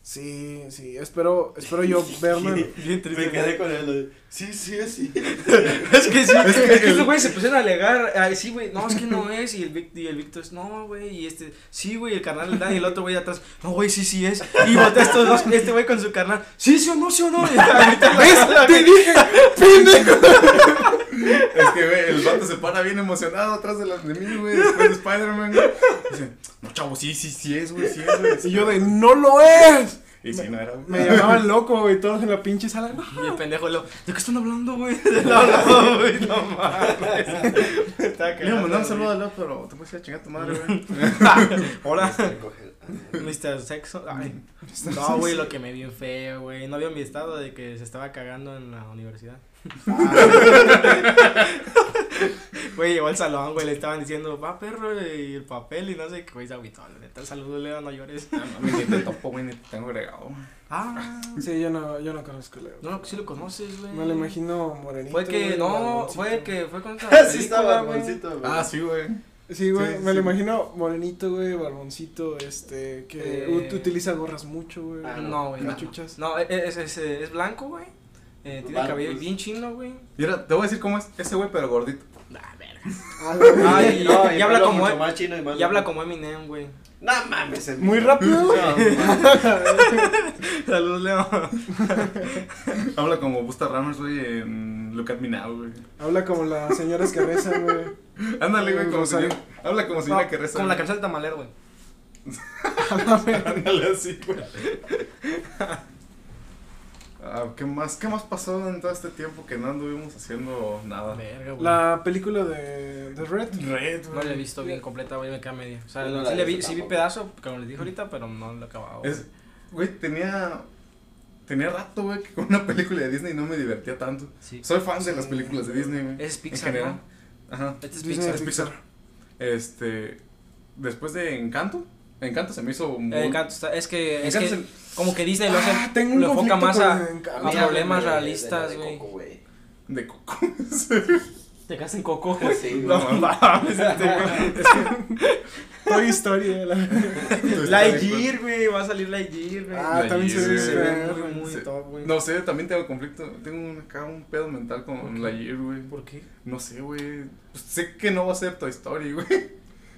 Sí, sí, espero, espero yo verme. Bien Me triste. quedé con él. Sí, sí, sí. Es que sí, es que que el- los güeyes se pusieron a alegar. ay, sí, güey, no, es que no es. Y el, Vic- y el Víctor es, no, güey. Y este, sí, güey, el carnal le da. Y el otro güey de atrás, no, güey, sí, sí es. Y boté estos dos, este güey con su carnal, sí, sí o no, sí o no. Y ahorita la- la- ¡Te dije! ¡Pendejo! Es que, güey, el vato se para bien emocionado atrás de, las de mí, güey, después de Spider-Man, güey. Dice, no, chavo, sí, sí, sí es, güey, sí es, güey. Y yo de, ¡no lo es! Y sí, no era, güey. Me llamaban loco, güey, todos en la pinche sala. No, Y el pendejo, lo, ¿de qué están hablando, güey? De lado a lado, güey, no mames. Me estaba Le iba a mandar un cagando, saludo a Leo, pero te voy a decir a chingar a tu madre, güey. güey. Hola. Recoger. Mr. Sexo. Ay. No, güey, lo que me vio feo, güey. No vio mi estado de que se estaba cagando en la universidad. Ah. Güey, llegó al salón, güey, le estaban diciendo, va perro, y el papel, y no sé qué, güey, se agüitó. la neta, el saludo, Leo, no llores. No, mami, ni te topo, güey, ni te tengo agregado. Ah, Sí, yo no, yo no conozco a Leo. no, sí lo conoces, güey. Me lo imagino morenito. Fue que, güey, no, barboncito. fue que, fue con esa Sí, película, estaba güey. hermancito. Ah, sí, güey. Sí, güey, Sí, me sí. lo imagino morenito, güey, barboncito, este, que Eh, ut- utiliza gorras mucho, güey. Ah, No, güey. No, cachuchas. no es, es, es, es blanco, güey. Eh, tiene el Blanco. cabello bien chino, güey. Mira, te voy a decir cómo es ese güey, pero gordito. Ah, verga. Ah, güey. Ay, No, y habla pelo como mucho él. más chino y más Y habla loco. como Eminem, güey. No mames, el- Muy rápido, güey. No, mames. Saludos, Leo. Habla como Busta Ramos, güey, en Look at Me Now, güey. Habla como las señoras que rezan, güey. Ándale, güey, como Rosario. señora. Habla como señora que reza. Como la güey. canción del tamalero, güey. Ándale así, güey. Ah, ¿qué, más, ¿Qué más pasó en todo este tiempo que no anduvimos haciendo nada? Verga, güey. La película de, de Red. Red, No la he visto bien completa, güey, me queda media. O sea, Yo no la sí, he le vi, visto sí vi tampoco. pedazo, como les dije ahorita, pero no lo he acabado. güey. Es, güey, tenía. Tenía rato, güey, que con una película de Disney no me divertía tanto. Sí. Soy fan de las películas de Disney, güey. Es en Pixar, general. ¿no? Ajá. Este es Disney Pixar. es Pixar. Este. Después de Encanto. Encanto se me hizo muy. Eh, Encanto está- es que, es Encanto que como que Disney lo, hace, Ah, tengo un lo enfoca más conflicto con a, Encanto. a mí problemas háblame de- realistas, de la de güey. Coco, güey. se- De coco. Te casas en Coco, güey. Sí, güey. No mames, este güey. Toy Story. eh, la- Lightyear, güey, va a salir Lightyear, güey. Ah, La también se Year, ve. se ve güey. muy, muy Sí. top, güey. No sé, también tengo conflicto. Tengo un, acá un pedo mental con la Year, güey. ¿Por qué? No sé, güey. Pues sé que no va a ser Toy Story, güey.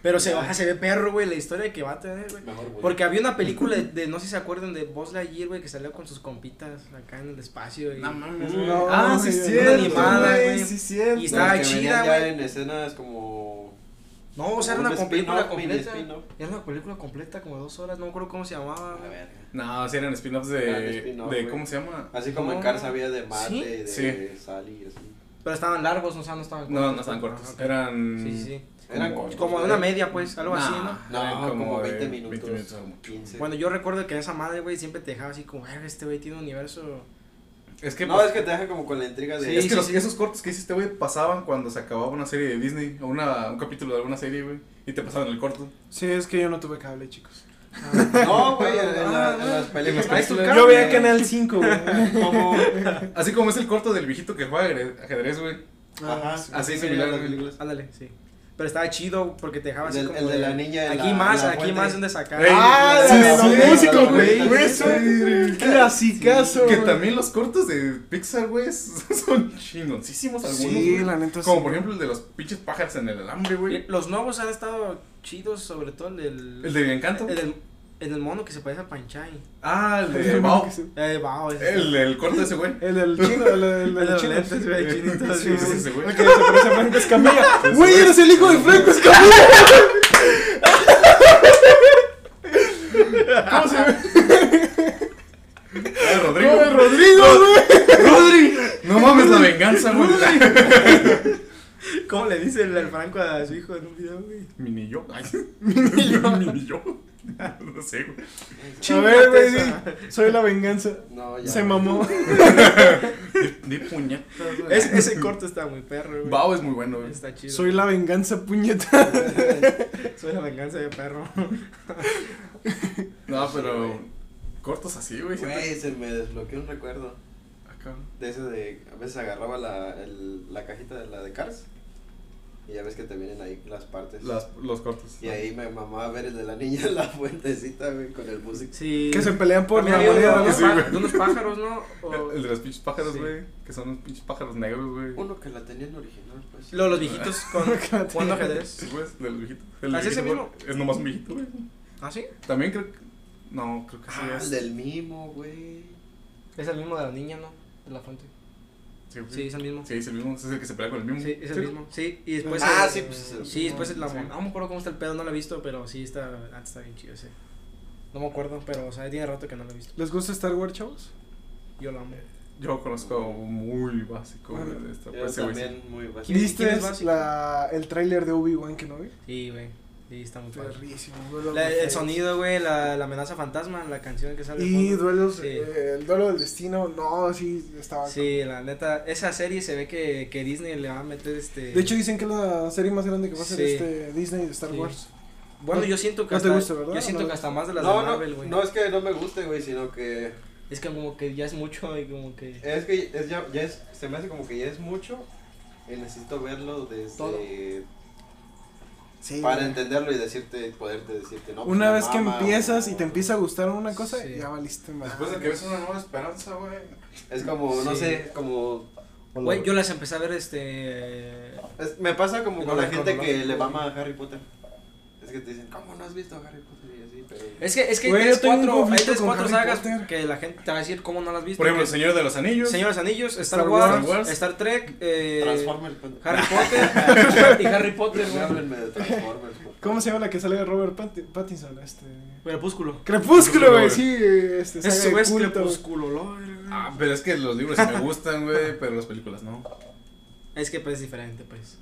Pero se, baja, se ve perro, güey, la historia que va a tener, güey. Mejor, güey. Porque había una película de, de- no sé si se acuerdan, de Buzz Lightyear, güey, que salía con sus compitas acá en el espacio. Y, mames, güey. Ah, No, sí, es güey, cierto. una animada, güey, güey. Sí, es cierto. Y Los estaba que chida, venían ya güey. en escenas como. No, o sea, era Un una spin-off, película mini completa. spin-off. Era una película completa, como de dos horas, no me acuerdo cómo se A llamaba. güey. ver. No, sí eran spin-offs Eran de. spin-off, de güey. Ah, ¿Cómo se llama? Así como No. en Cars había de Mate, ¿Sí? de Sí. Sally y así. Pero estaban largos, o sea, no estaban No, no estaban cortos. Ajá, Ah, ok. Eran. Sí, sí, sí. Eran ¿eh? Como- como. Como de una media, Ah, pues, algo así, ¿no? No, eran como, de 20 minutos. 20 minutos, como- 15. Bueno, yo recuerdo que esa madre, güey, siempre te dejaba así como, "Verga, este güey tiene un universo. Es que. no, pues, es que te deja como con la intriga de. Sí, es que sí, los- sí. esos cortos que hiciste, güey, pasaban cuando se acababa una serie de Disney o una, un capítulo de alguna serie, güey, y te pasaban el corto. Sí, es que yo no tuve cable, chicos. No, Ah, güey, en, en la- en las En las películas. películas. Yo veía Canal 5, güey. Como. Así como es el corto del viejito que juega agre- ajedrez, güey. Ah, Ajá, sí. así sí, similar, en las güey. películas. Ándale, sí. Pero estaba chido porque te dejaba así Del- como. el de la niña en Aquí la- más, en la aquí fuente. más donde sacar. Ey, Ah, Sí, la de sí, los sí, músicos, la güey. bolita, Eso es sí. clasicazo, Que güey. también los cortos de Pixar, güey, son chingoncísimos algunos. Sí, güey. la neta Como sí. por ejemplo el de los pinches pájaros en el alambre, güey. Los nuevos han estado chidos, sobre todo el del. El de Encanto. el del- en el mono que se parece a Panchai. Ah, el de Bao. Eh, wow, ese- El del corto de ese güey. El del chino, el del- el El de del los chino. lentes, El güey, chinito, Sí, así, sí, güey. ese güey. que se parece a Franco Escamilla. Ese Güey, güey. eres el hijo de Franco Escamilla. ¿Cómo se llama? Ah, Rodrigo. Güey, Rodrigo, güey. Rodri. No mames la venganza, güey. ¿Cómo le dice el, el Franco a su hijo en un video, güey? Mini yo. Ay, Mini yo. Mini yo. No sé, güey. A ver, güey, sí. soy la venganza. No, ya. Se mamó. De puñetas, güey. Ese, ese corto está muy perro, güey. Bao es muy bueno, güey. Está chido. Soy la venganza, puñeta. Soy la venganza de perro. No, Sí, pero. güey. Cortos así, güey. siento- Güey, se me desbloqueó un recuerdo. Ah, cabrón. De ese de. A veces agarraba la, el- la cajita de la de Cars. Y ya ves que te vienen ahí las partes. Las- los cortos. Y ahí me mamaba ver el de la niña en la fuentecita, güey, con el músico. Pues Sí. Que se pelean por la También había moneda, uno ¿no? de Sí, unos güey. pá- de unos pájaros, ¿no? O- El, el de los pinches pájaros, Sí. güey. Que son los pinches pájaros negros, güey. Uno que la tenían original, pues. Lo- los viejitos con jugando ajedrez. Sí, güey, es del viejito. El ¿Así viejito, ese mismo? güey, Es nomás un viejito, güey. ¿Ah, sí? También creo que. No, creo que sí Ah, es. el del mimo, güey. Es el mismo de la niña, ¿no? De la fuente. Sí, güey. Sí, es el mismo. Sí, es el mismo. Es el que se pelea con el mismo. Sí, es el mismo. Sí, y después. Ah, el- sí, pues, es el- Sí, después el- la Sí. mon- No me acuerdo cómo está el pedo, no lo he visto, pero sí está. Antes está bien chido ese. No me acuerdo, pero, o sea, tiene rato que no lo he visto. ¿Les gusta Star Wars, chavos? Yo lo amo. Yo conozco muy básico, güey. Bueno, de esta, Yo pues, ese güey sí. también muy básico. ¿Quién- quién ¿Viste es básico? la, el tráiler de Obi-Wan Kenobi? Sí, güey. Sí, está muy padre. Perrísimo. La- el sonido, güey, la, la amenaza fantasma, la canción que sale. de Y fondo. duelos, Sí. eh, el duelo del destino, no, sí, estaba. Sí, la neta, esa serie se ve que, que Disney le va a meter este... De hecho, dicen que es la serie más grande que va a ser Sí. este Disney de Star Sí. Wars. bueno, no- yo siento que no te hasta, gusta, ¿verdad? yo siento No. que hasta más de las No, de Marvel, no, güey. no es que no me guste, güey, sino que Es que como que ya es mucho y como que... Eh, es que es ya, ya es, se me hace como que ya es mucho y necesito verlo desde Todo. desde Sí, para güey. entenderlo y decirte, poderte decirte, no. pues, Una me vez que mama, o- empiezas y te o- empieza a gustar una cosa, Sí. ya valiste más. Después de que ves una nueva esperanza, güey. Es como, no Sí. sé, como. Güey, yo las empecé a ver este. es- me pasa como Y con no la me gente acuerdo, que ¿no? le mama a Harry Potter. Es que te dicen, ¿cómo no has visto a Harry Potter? Y así, pero. Es que, es que Güey, hay tres, yo tengo un cuatro, hay conflicto tres, con cuatro Harry sagas Potter. que la gente te va a decir cómo no las has visto. Por ejemplo, El que- Señor de los Anillos. Señor de los Anillos, Star, Star Wars, Wars. Star Trek, eh, Transformers. pendejo. Harry Potter y Harry Potter, No güey. Ah. háblenme de Transformers. por favor. ¿Cómo se llama la que sale de Robert Patti- Pattinson? Este... Crepúsculo. Crepúsculo, güey, Crepúsculo, sí, este, saga Eso de es culto, güey. Crepúsculo, lo- Ah, pero es que los libros sí me gustan, güey, pero las películas no. Es que pues es diferente, pues.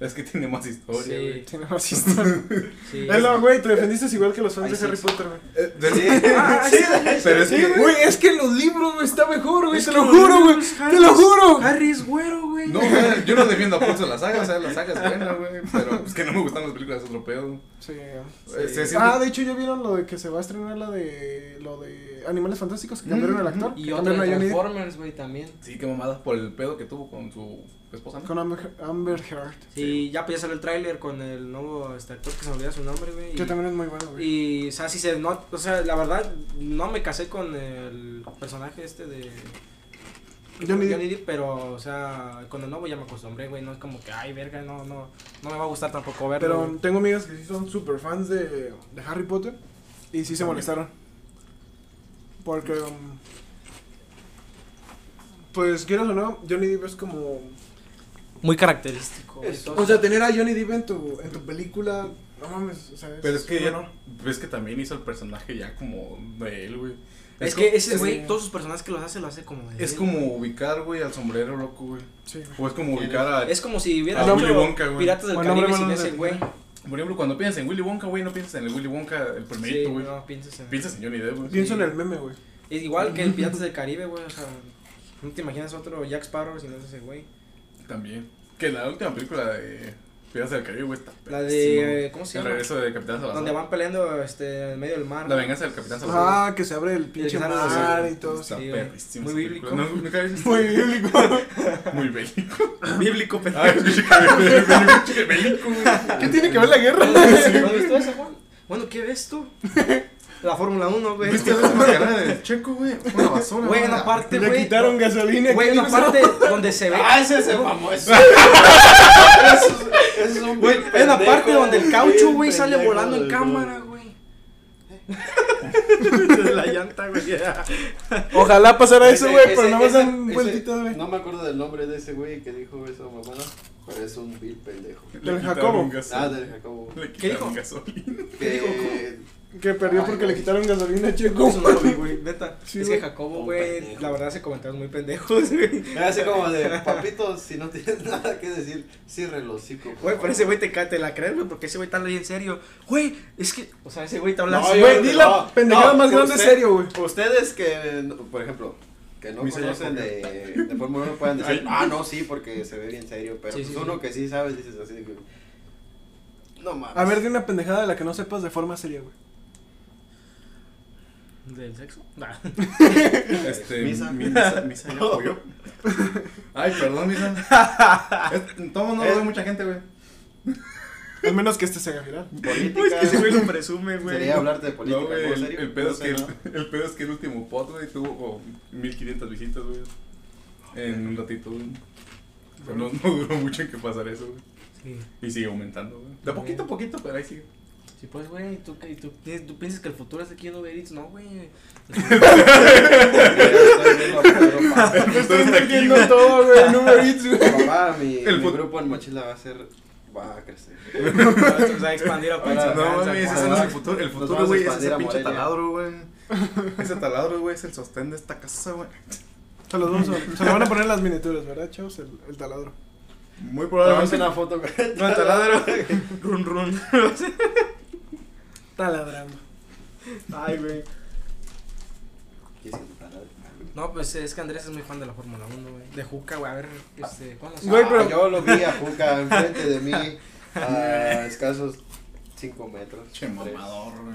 Es que tiene más historia, Sí. güey. Tiene más historia. Sí. Hello, güey, te defendiste igual que los fans Ay, de sí, Harry sí. Potter, güey. Eh, de- Sí. Ah, sí, pero es que. güey, es que en los libros, güey, está mejor, güey, Es te que lo los juro, güey, libros, te lo Harry- juro. Harry es güero, güey. No, güey, yo no defiendo a Pulso la saga, o sea, la saga es buena, güey. Pero es que no me gustan las películas, es otro pedo. Sí. Eh, se siente- Ah, de hecho, ¿ya vieron lo de que se va a estrenar la de... lo de Animales Fantásticos? Que cambiaron al actor, Mm, Y que otra cambiaron a de Johnny Depp Transformers, güey, también. Sí, qué mamada. Por el pedo que tuvo con su esposa. ¿no? con Amber, Amber Heard, Y ya pues ya salió el tráiler con el nuevo este actor que se me olvida su nombre, güey. que y- también es muy bueno, güey. Y, o sea, sí se not, o sea, la verdad, no me casé con el personaje este de Johnny Depp. Johnny Depp, pero, o sea, con el nuevo ya me acostumbré, güey, no es como que, ay, verga, no, no, no me va a gustar tampoco verlo. Pero güey. tengo amigas que sí son super fans de, de Harry Potter y sí se molestaron. Porque, um, pues quieras o no, Johnny Depp es como... muy característico. güey, Eso. todo. O sea, tener a Johnny Depp en tu, en tu película, no mames, o sea, Pero es que un honor. ya. Ves que también hizo el personaje ya como de él, güey. es, como- que ese es- güey, todos sus personajes que los hace, lo hace como de Es él. como ubicar, güey, al sombrero loco, güey. Sí, güey. O es como ubicar a. es como si hubiera A hecho Ah, Willy Wonka, güey. Piratas del O el hombre Caribe sin manos de ese güey. Por ejemplo, cuando piensas en Willy Wonka, güey, no piensas en el Willy Wonka, el primerito, Sí, güey. no, piensas en- Piensas en Johnny Depp, güey. Pienso en el meme, güey. Es igual que el Piratas del Caribe, güey, o sea, no te imaginas otro Jack Sparrow si no es ese güey. También. Que la última película de Piratas del Caribe, güey, está La pésima, güey. de, ¿cómo se El llama? regreso de Capitán Salazar. Donde van peleando este, en medio del mar. La venganza del Capitán Salazar. Ah, que se abre el pinche sale mar de- y todo. Está sí, güey. perrísimo. Muy esa película. bíblico. No, nunca había visto. Muy bíblico. Muy bélico. Bíblico, pero. Ay, qué bélico, güey. ¿Qué tiene que ver la guerra? ¿No has visto eso, Juan? Bueno, ¿qué ves tú? La Fórmula 1, güey. ¿Viste la última carrera del Checo, güey? Fue Una basura. Güey, güey. una parte, Le güey. quitaron gasolina. Güey, ¿qué una dijo eso? parte donde se ve. Ah, ese se mamó. Eso, eso, es un. Güey, bien hay una pendejo, parte donde el caucho, bien güey, sale pendejo volando en del- cámara, güey. De la llanta, güey. Ojalá pasara eso, Ese- güey, ese- pero no más ese- dan ese- vueltita, güey. No me acuerdo del nombre de ese güey que dijo esa mamada, pero es un vil pendejo. Le Del quitaron Jacobo. gasolina. Ah, de Jacobo. Le ¿Qué dijo? quitaron gasolina. Que- dijo? Que perdió Ay, porque le güey. quitaron gasolina a Checo. Eso no lo vi, güey, neta. Sí, es güey. que Jacobo, Un güey, pendejo. la verdad hace comentarios muy pendejos, güey. Era así como de, papito, si no tienes nada que decir, cierre el hocico. por Güey, favor". pero ese güey te, ca- te la crees, güey, porque ese güey está ahí en serio. Güey, es que, o sea, ese güey te habla No, así, yo- güey. Güey, di la ah, no, pendejada no, más grande usted- serio, güey. Ustedes que, no- por ejemplo, que no Mi señor conocen de, de Fórmula 1 pueden decir, Ay. ah, no, sí, porque se ve bien serio, pero Sí, pues sí, uno sí. que sí sabes, dices así de que, no mames. A ver, de una pendejada de la que no sepas de forma seria, güey. ¿Del sexo? Nah. Este, Misa. mi- misa, misa ya apoyó. Ay, perdón, misa. Es- Tomo no lo ve mucha gente, güey. Al menos que este se haga viral. política. lo presume, Sería hablarte de política, No, güey, ¿no? el, ¿Serio? el pedo No es sé, que ¿no? el, el pedo es que el último pod, güey, tuvo como 1500 visitas, güey. En un ratito, güey. Pero no, no duró mucho en que pasara eso, güey. Sí, Y sigue aumentando, güey. De poquito a poquito, pero ahí sigue. sí, pues, güey, ¿tú, qué- tú, tienes- tú piensas que el futuro es aquí en Uber Eats? No, güey. Estoy viendo a Pedro Pablo. Entonces está aquí, Viendo todo, güey, en Uber Eats, güey. Papá, mi, El mi fut- grupo en mochila va a ser, va a crecer. o sea, expandir a Ahora, pensar. No mames, ese no es el futuro. El Nos futuro, vamos a güey, es expandir ese a pinche Morelia. taladro, güey. Ese taladro, güey, es el sostén de esta casa, güey. Se los vamos a- se lo van a poner en las miniaturas, ¿verdad, chavos? El, el taladro. Muy Tomamos probablemente. una foto con el No, el taladro. Run, run. Taladrando. Ay, güey. ¿Qué es el taladro? No, pues es que Andrés es muy fan de la Fórmula 1, güey. De Juca, güey. A ver, este, ¿cuándo se- Güey, Ah, pero- Yo lo vi a Juca enfrente de mí a escasos 5 metros. Che, mamador, güey.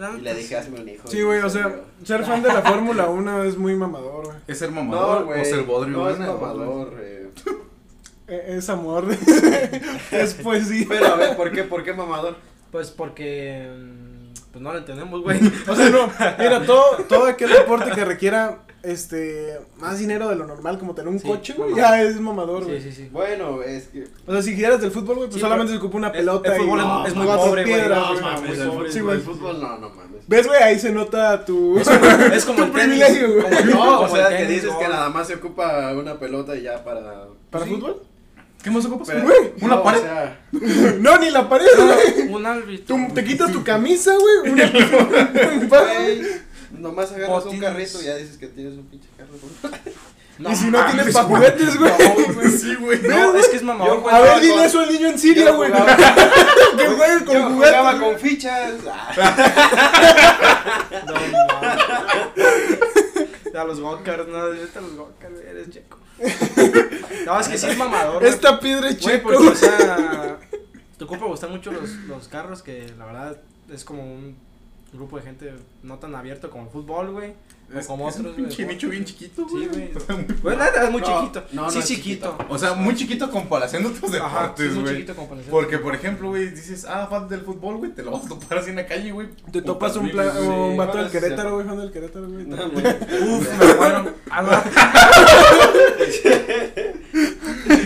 Ah, Y le pues, dije, hazme un hijo. Sí, y güey, se o sea, murió. ser fan de la Fórmula 1 es muy mamador, güey. ¿Es ser No, mamador güey. o ser bodrio? No güey? es mamador. eh. E- Es amor. es poesía. Pero a ver, ¿por qué? ¿Por qué mamador? Pues porque. mm, Pues no lo entendemos, güey. O sea, no, mira, todo, todo aquel deporte que requiera este más dinero de lo normal, como tener un Sí, coche, güey, mamador. ya es mamador, güey. Sí, sí, sí. Bueno, es que. O sea, si quieres del fútbol, güey, pues Sí, solamente se pero ocupa una el- pelota el fútbol y es- es muy cuatro pobre, güey, piedras, no, güey. mames, el el fútbol- sí, güey. el fútbol no, no mames. ¿Ves, güey? Ahí se nota tu. Es como Tu el tenis. privilegio, güey. como- No, o como sea, el que tenis, dices no. que nada más se ocupa una pelota y ya para. ¿Para Sí. fútbol? ¿Qué más ocupas? Pero- Güey, una no, o pared. sea, No, ni la pared, güey. No, Un árbitro. Tú- Te quitas tu camisa, güey. Una... un par, güey, nomás agarras un Botines. carrito y ya dices que tienes un pinche carro. güey. y si no mames, tienes pa' juguetes, güey. Sí, güey. No, es que es mamador, güey. A ver, Yo dile jugaba- eso al niño en Yo Siria, güey. jugaba- Que juegue Yo con juguetes. jugaba güey. con fichas. Ah. No, mames. A los Gokars, no, vete a los Gokars, güey, eres checo. No, es que sí es mamador. güey. Esta piedra es Güey, checo. porque, o sea, tu compa gustan mucho los, los carros, que la verdad es como un grupo de gente no tan abierto como el fútbol, güey. O como es un otros, güey. pinche nicho bien chiquito, Sí, güey. güey. Está muy- Güey, nada, es muy No, chiquito. no, sí, no es chiquito. chiquito. O sea, muy chiquito a comparación de otros Ajá, sí, es deportes, muy güey. chiquito comparación. Porque, por ejemplo, güey, dices, ah, fan del fútbol, güey, te lo vas a topar así en la calle, güey. Te Putas topas un, miles, pla- güey. un vato no, del sí, Querétaro, güey, fan del Querétaro, güey. No, güey. Uf, me muero. Ah, no.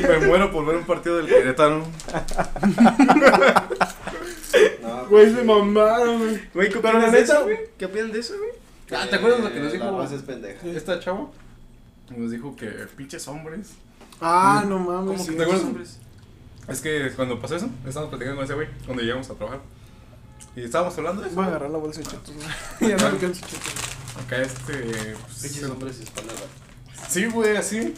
Me muero por ver un partido del Querétaro. No, pues, Güey, se mamaron, güey. Güey, ¿qué Pero la opinas de neta, eso, güey, ¿qué opinan de eso, güey? Ah, ¿te acuerdas lo que nos Eh, dijo? La raza es pendeja. Esta chava nos dijo que pinches hombres. Ah, no mames. ¿Cómo sí. que ¿te acuerdas? hombres? Es que cuando pasó eso, estábamos platicando con ese güey, cuando llegamos a trabajar. Y estábamos hablando de eso. Voy a agarrar la bolsa de chetos, güey. Ya no alcanzo chetos. Acá este. pues, Pinches hombres hispanos. sí, güey, así.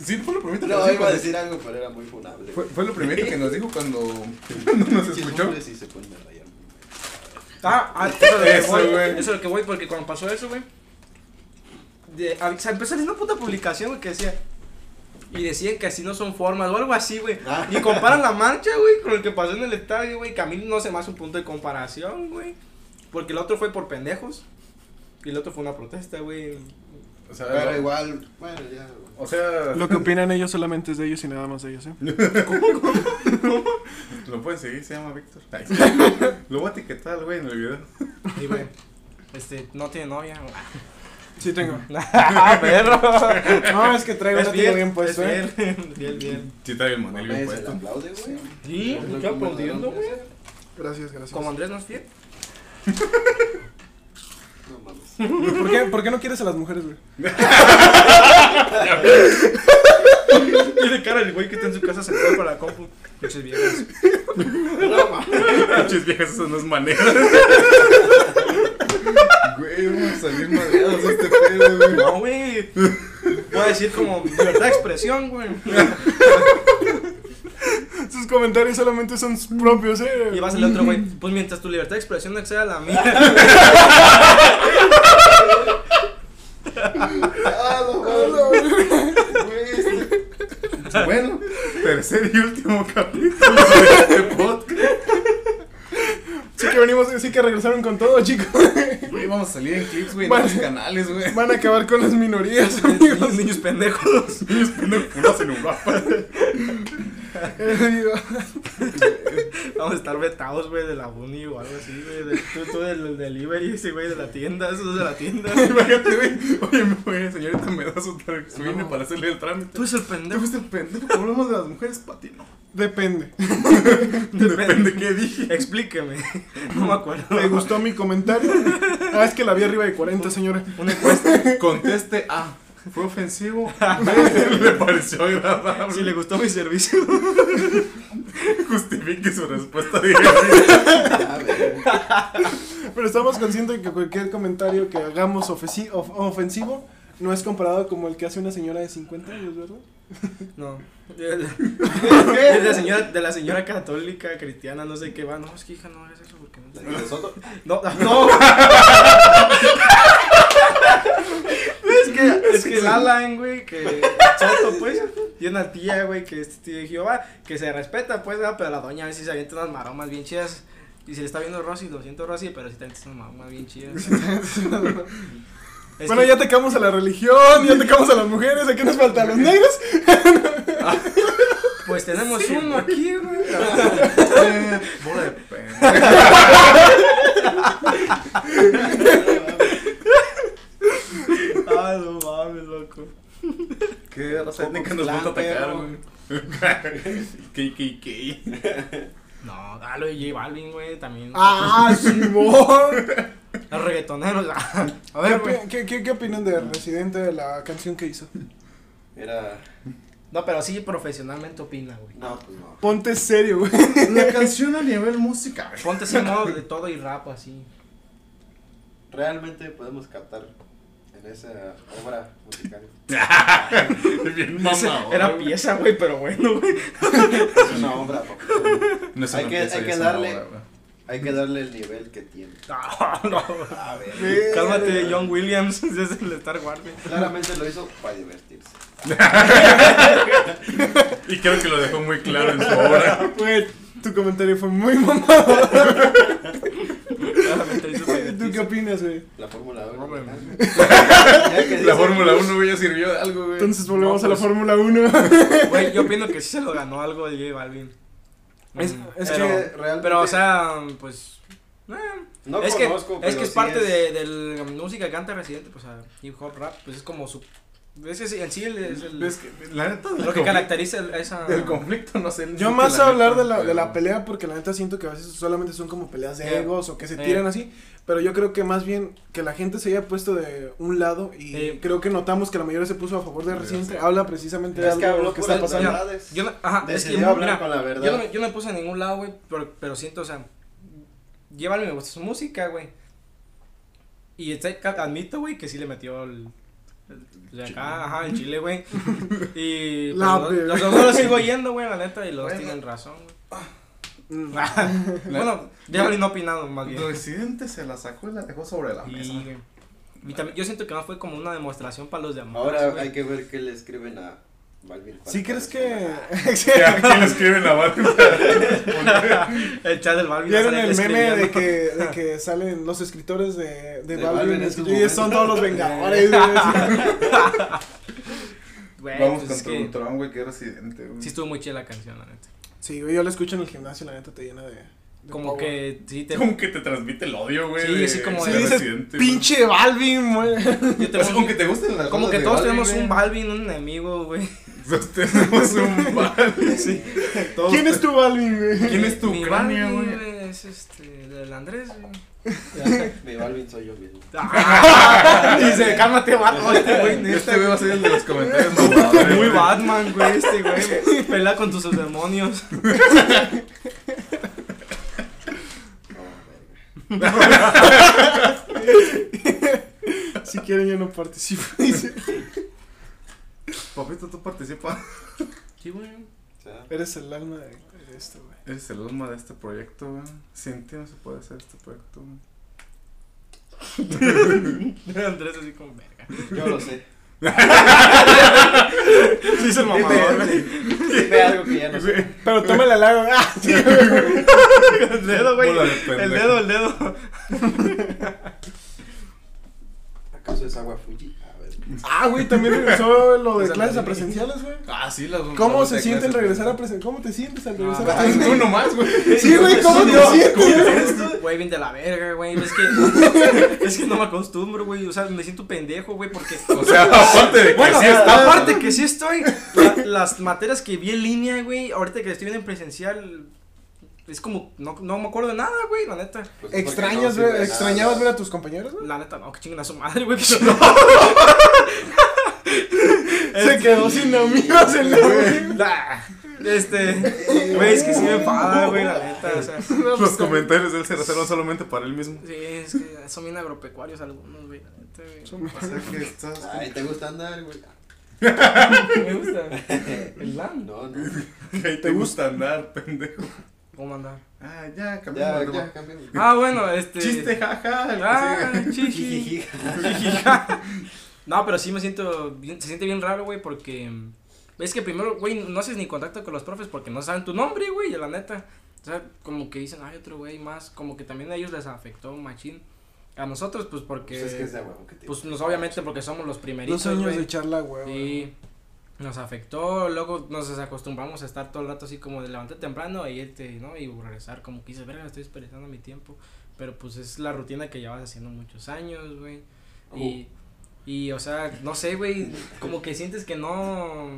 Sí, fue lo primero que nos No, dijo, iba a güey. decir algo, pero era muy funable. Fue, fue lo primero que nos dijo cuando, cuando nos Pinches escuchó. hombres y se ponen a rayar. Ah, ah, eso es lo que Eso, voy, güey. Eso es lo que voy, porque cuando pasó eso, güey. de- a- se empezó a salir una puta publicación, güey, que decía. Y decían que así no son formas o algo así, güey. Ah. Y comparan la marcha, güey, con el que pasó en el estadio, güey. Que a mí no se me hace un punto de comparación, güey. Porque el otro fue por pendejos. Y el otro fue una protesta, güey. O sea, Pero igual, bueno, ya. güey. O sea, Lo que opinan ellos solamente es de ellos y nada más de ellos, ¿eh? lo pueden seguir, se llama Víctor. Ay, sí. Lo voy a etiquetar, al güey, en el video. Y, güey, este, no tiene novia. güey. Sí tengo. ah, perro. No, es que traigo Es no tengo bien, bien pues, puesto, bien, ¿eh? bien, bien, bien. Sí, trae el manel bien Mames, se le puesto. aplaude, güey. Sí, Es lo ¿qué que me aplaudiendo, mandaron güey? hacer. Gracias, gracias. Como Andrés no es fiel. No mames. ¿Por qué, ¿Por qué no quieres a las mujeres, güey? Tiene cara el güey que está en su casa sentado para la compu. Pinches viejas. No mames. Pinches viejas, eso no es manera. Güey, vamos a salir madreados de este pedo, güey. No, güey. Voy a decir como libertad de expresión, güey. Sus comentarios solamente son propios, ¿eh? Y va a salir otro güey. Pues mientras tu libertad de expresión no exceda la mía. Ah, no mames. Güey, este- Bueno, tercer y último capítulo de este podcast. Sí que venimos, sí que regresaron con todo, chicos. Güey, vamos a salir en clips, güey, Vale. en los canales, güey. Van a acabar con las minorías, niños, amigos. niños pendejos. Niños poniendo culos en Europa. Vamos a estar vetados, güey, de la uni o algo así, güey. De- Tú, tú del delivery, ese güey de la tienda, esos de la tienda. Imagínate, güey. Oye, me voy, señorita, me da su, tra- su INE para hacerle el trámite. Tú eres el ¿Te pendejo. fuiste el pendejo? Hablamos de las mujeres, Pati, no. Depende. Depende qué dije. Explíqueme. No me acuerdo. ¿Le gustó mi comentario? Ah, es que la vi arriba de 40, señora. Una encuesta. Conteste A. ¿Fue ofensivo? B, ¿Le pareció agradable? Si le gustó mi servicio. Justifique su respuesta. diga. A ver, Pero estamos conscientes de que cualquier comentario que hagamos ofesi- of- ofensivo no es comparado como el que hace una señora de 50 años, ¿verdad? No. Es de la señora, de la señora católica, cristiana, no sé qué va. No, es que hija, no hagas eso porque no. la que de Soto. No, no. es que, es que el Alan, güey, que chato, pues, y una tía, güey, que es tía de Jehová, que se respeta, pues, ¿verdad? pero la doña a veces se avienta unas maromas bien chidas. Y se le está viendo Rosy, lo siento Rosy, pero sí te avientas unas maromas bien chidas. Es bueno, que- ya atacamos a la religión, ya atacamos a las mujeres, ¿a qué nos faltan los negros? Pues tenemos uno aquí, güey. Eh, Bola de pendejo. Ah, no mames, loco. Qué raza Como étnica nos plan, gusta atacar, perro. güey. KKK. No, ah, lo de J Balvin, güey, también. ¡Ah, Simón! Los reggaetoneros. ah. A ¿Qué ver, güey. opi- ¿Qué, qué, qué opinan de Residente de la canción que hizo? Era. No, pero sí profesionalmente opina, güey. No, pues no. Ponte serio, güey. La canción a nivel música. Ponte ese modo de todo y rap así. Realmente podemos captar en esa obra musical. Bien mamá. Era pieza, güey, pero bueno, güey. Es una obra, papá. No es Hay una que- pieza, hay ya que es una darle- obra, güey. Hay que darle el nivel que tiene. No, no. A ver. Eh. Cálmate, John Williams, desde el Star Wars. güey. Claramente lo hizo para divertirse. Y creo que lo dejó muy claro en su obra. Güey, tu comentario fue muy mamado. Claramente hizo ¿Tú qué divertirse. opinas, güey? La Fórmula 1. Robert. La Fórmula 1, güey, ya sirvió de algo, güey. Entonces volvemos No, a pues- la Fórmula 1. Güey, yo opino que sí se lo ganó algo de J Balvin. Es- Mm, es pero, que realmente- Pero, o sea, pues. eh, No es que, conozco, es que pero es sí parte De, de la música que canta Residente, pues, a hip hop rap, pues es como su. Es que sí, en sí el- es el- Es que, la neta, del lo que conflicto- caracteriza el- esa. del conflicto, no sé. Yo que más la a hablar neta, de la, de la pero- pelea porque la neta siento que a veces solamente son como peleas de Sí. egos o que se Sí. tiran así. Pero yo creo que más bien que la gente se haya puesto de un lado y Sí. creo que notamos que la mayoría se puso a favor de Sí, Residente. sí. Habla precisamente de Es que algo habló que por está el- pasando. la- Yo no, ajá, es que Decidió yo, hablar mira, con la verdad. yo no, me- yo no me puse en ningún lado, güey, pero, pero siento, o sea, llévalo me gusta su música, güey. Y este, ca- admito, güey, que sí le metió el... el- de acá, ajá, el chile, güey. Y La pero verga. los, los dos no lo sigo oyendo, güey, la neta, y los dos Bueno. tienen razón, güey. Mm. bueno, Diablo no ha opinado, más bien. Residente se la sacó y la dejó sobre la mesa. Y, y también, yo siento que no fue como una demostración para los demás. Ahora güey. hay que ver qué le escriben a Balvin. Juan. ¿Sí crees que...? ¿A quién le escriben la banda? El chat del Balvin. va a ¿Vieron salir el meme de escribiendo. que, de que salen los escritores de, De de, Balvin? Balvin en es- sus y momentos. son todos los vengadores. güey. Güey, Vamos pues es contra un que tron, güey, que es residente, güey. sí estuvo muy chida la canción, la neta. sí, güey, yo la escucho en el gimnasio, la neta te llena de... de Como power. que sí te Como que te transmite el odio, güey. Sí, de- así como Sí, de dices, Residente, güey. pinche Balvin, güey. Yo O tengo sea, un- aunque te gusten las como rolas que de todos Balvin, tenemos güey. un Balvin, un enemigo, güey. Todos tenemos un Balvin. Sí. Todos ¿Quién es tu Balvin, güey? ¿Quién es tu Mi cráneo, Balvin, güey? güey? Es este, del Andrés, güey. Mi Balvin soy yo mismo. Dice, cálmate, vato, este güey, neta. Este güey va a ser el de los comentarios. más güey. mamadores, Muy güey. Batman, güey, este güey. Pelea con tus demonios. No, verga. Si quieren yo no participo. Papito, tú participas. Sí, güey. O sea, Eres el alma de, de esto, güey. Eres el alma de este proyecto, güey. Sin ti no se puede hacer este proyecto, güey. Andrés así como verga. yo lo sé. Sí, es el mamador, güey. Ve algo que ya no sé. Pero toma el halago. Ah, sí, güey. El dedo, güey. Bola de pendejo. El dedo, el dedo. ¿Acaso es agua Fuji? A ver. Ah, güey, también regresó lo de Esa clases a madre. presenciales, güey. Ah, sí, las ¿Cómo se sienten regresar a presenciales? ¿Cómo te sientes al regresar Ah, a Ah, presenciales? tú nomás, güey. Sí, güey, ¿cómo te sientes? Güey, bien de la verga, güey. Es que, es que no me acostumbro, güey. O sea, me siento pendejo, güey, porque. O sea, aparte de que Bueno, sí está. aparte que sí estoy, la- las materias que vi en línea, güey, ahorita que estoy viendo en presencial, es como, no, no me acuerdo de nada, güey, la neta. Pues, ¿Extrañas, porque no ver, sirve ¿Extrañaban ver nada. a tus compañeros, güey? La neta, no, que chinguen a su madre, güey. que- Este, Se quedó sin amigos en la güey. Nah, Este, güey, es que sí me enfada, güey, la neta, o sea. pues Sí, Los comentarios de él se reservan solamente para él mismo. es que son bien agropecuarios algunos, güey, la neta, güey. O sea que estás. Ay, ¿te gusta andar, güey? Me gusta. El land. No, no. Ahí te gusta andar, pendejo. ¿Cómo andar? Ah, ya, Ya, cambiamos. ya, cambiamos. Ah, bueno, este. Chiste, jaja. el que Ah, sigue. chichi. Pues No, pero sí me siento, bien- se siente bien raro, güey, porque mm, es que primero, güey, no haces ni contacto con los profes porque no saben tu nombre, güey, la neta. O sea, como que dicen, hay otro güey más, como que también a ellos les afectó machín. A nosotros, pues porque, Pues pues, es que es de agua que te nos, obviamente porque somos los primeritos, Dos años güey. de charla, güey. Sí. nos afectó, luego nos desacostumbramos a estar todo el rato así como de levantar temprano e irte, ¿no? Y regresar como que dices, verga, estoy desperdiciando mi tiempo, pero pues es la rutina que llevas haciendo muchos años, güey. Oh. Y, y, o sea, no sé, güey, como que sientes que no,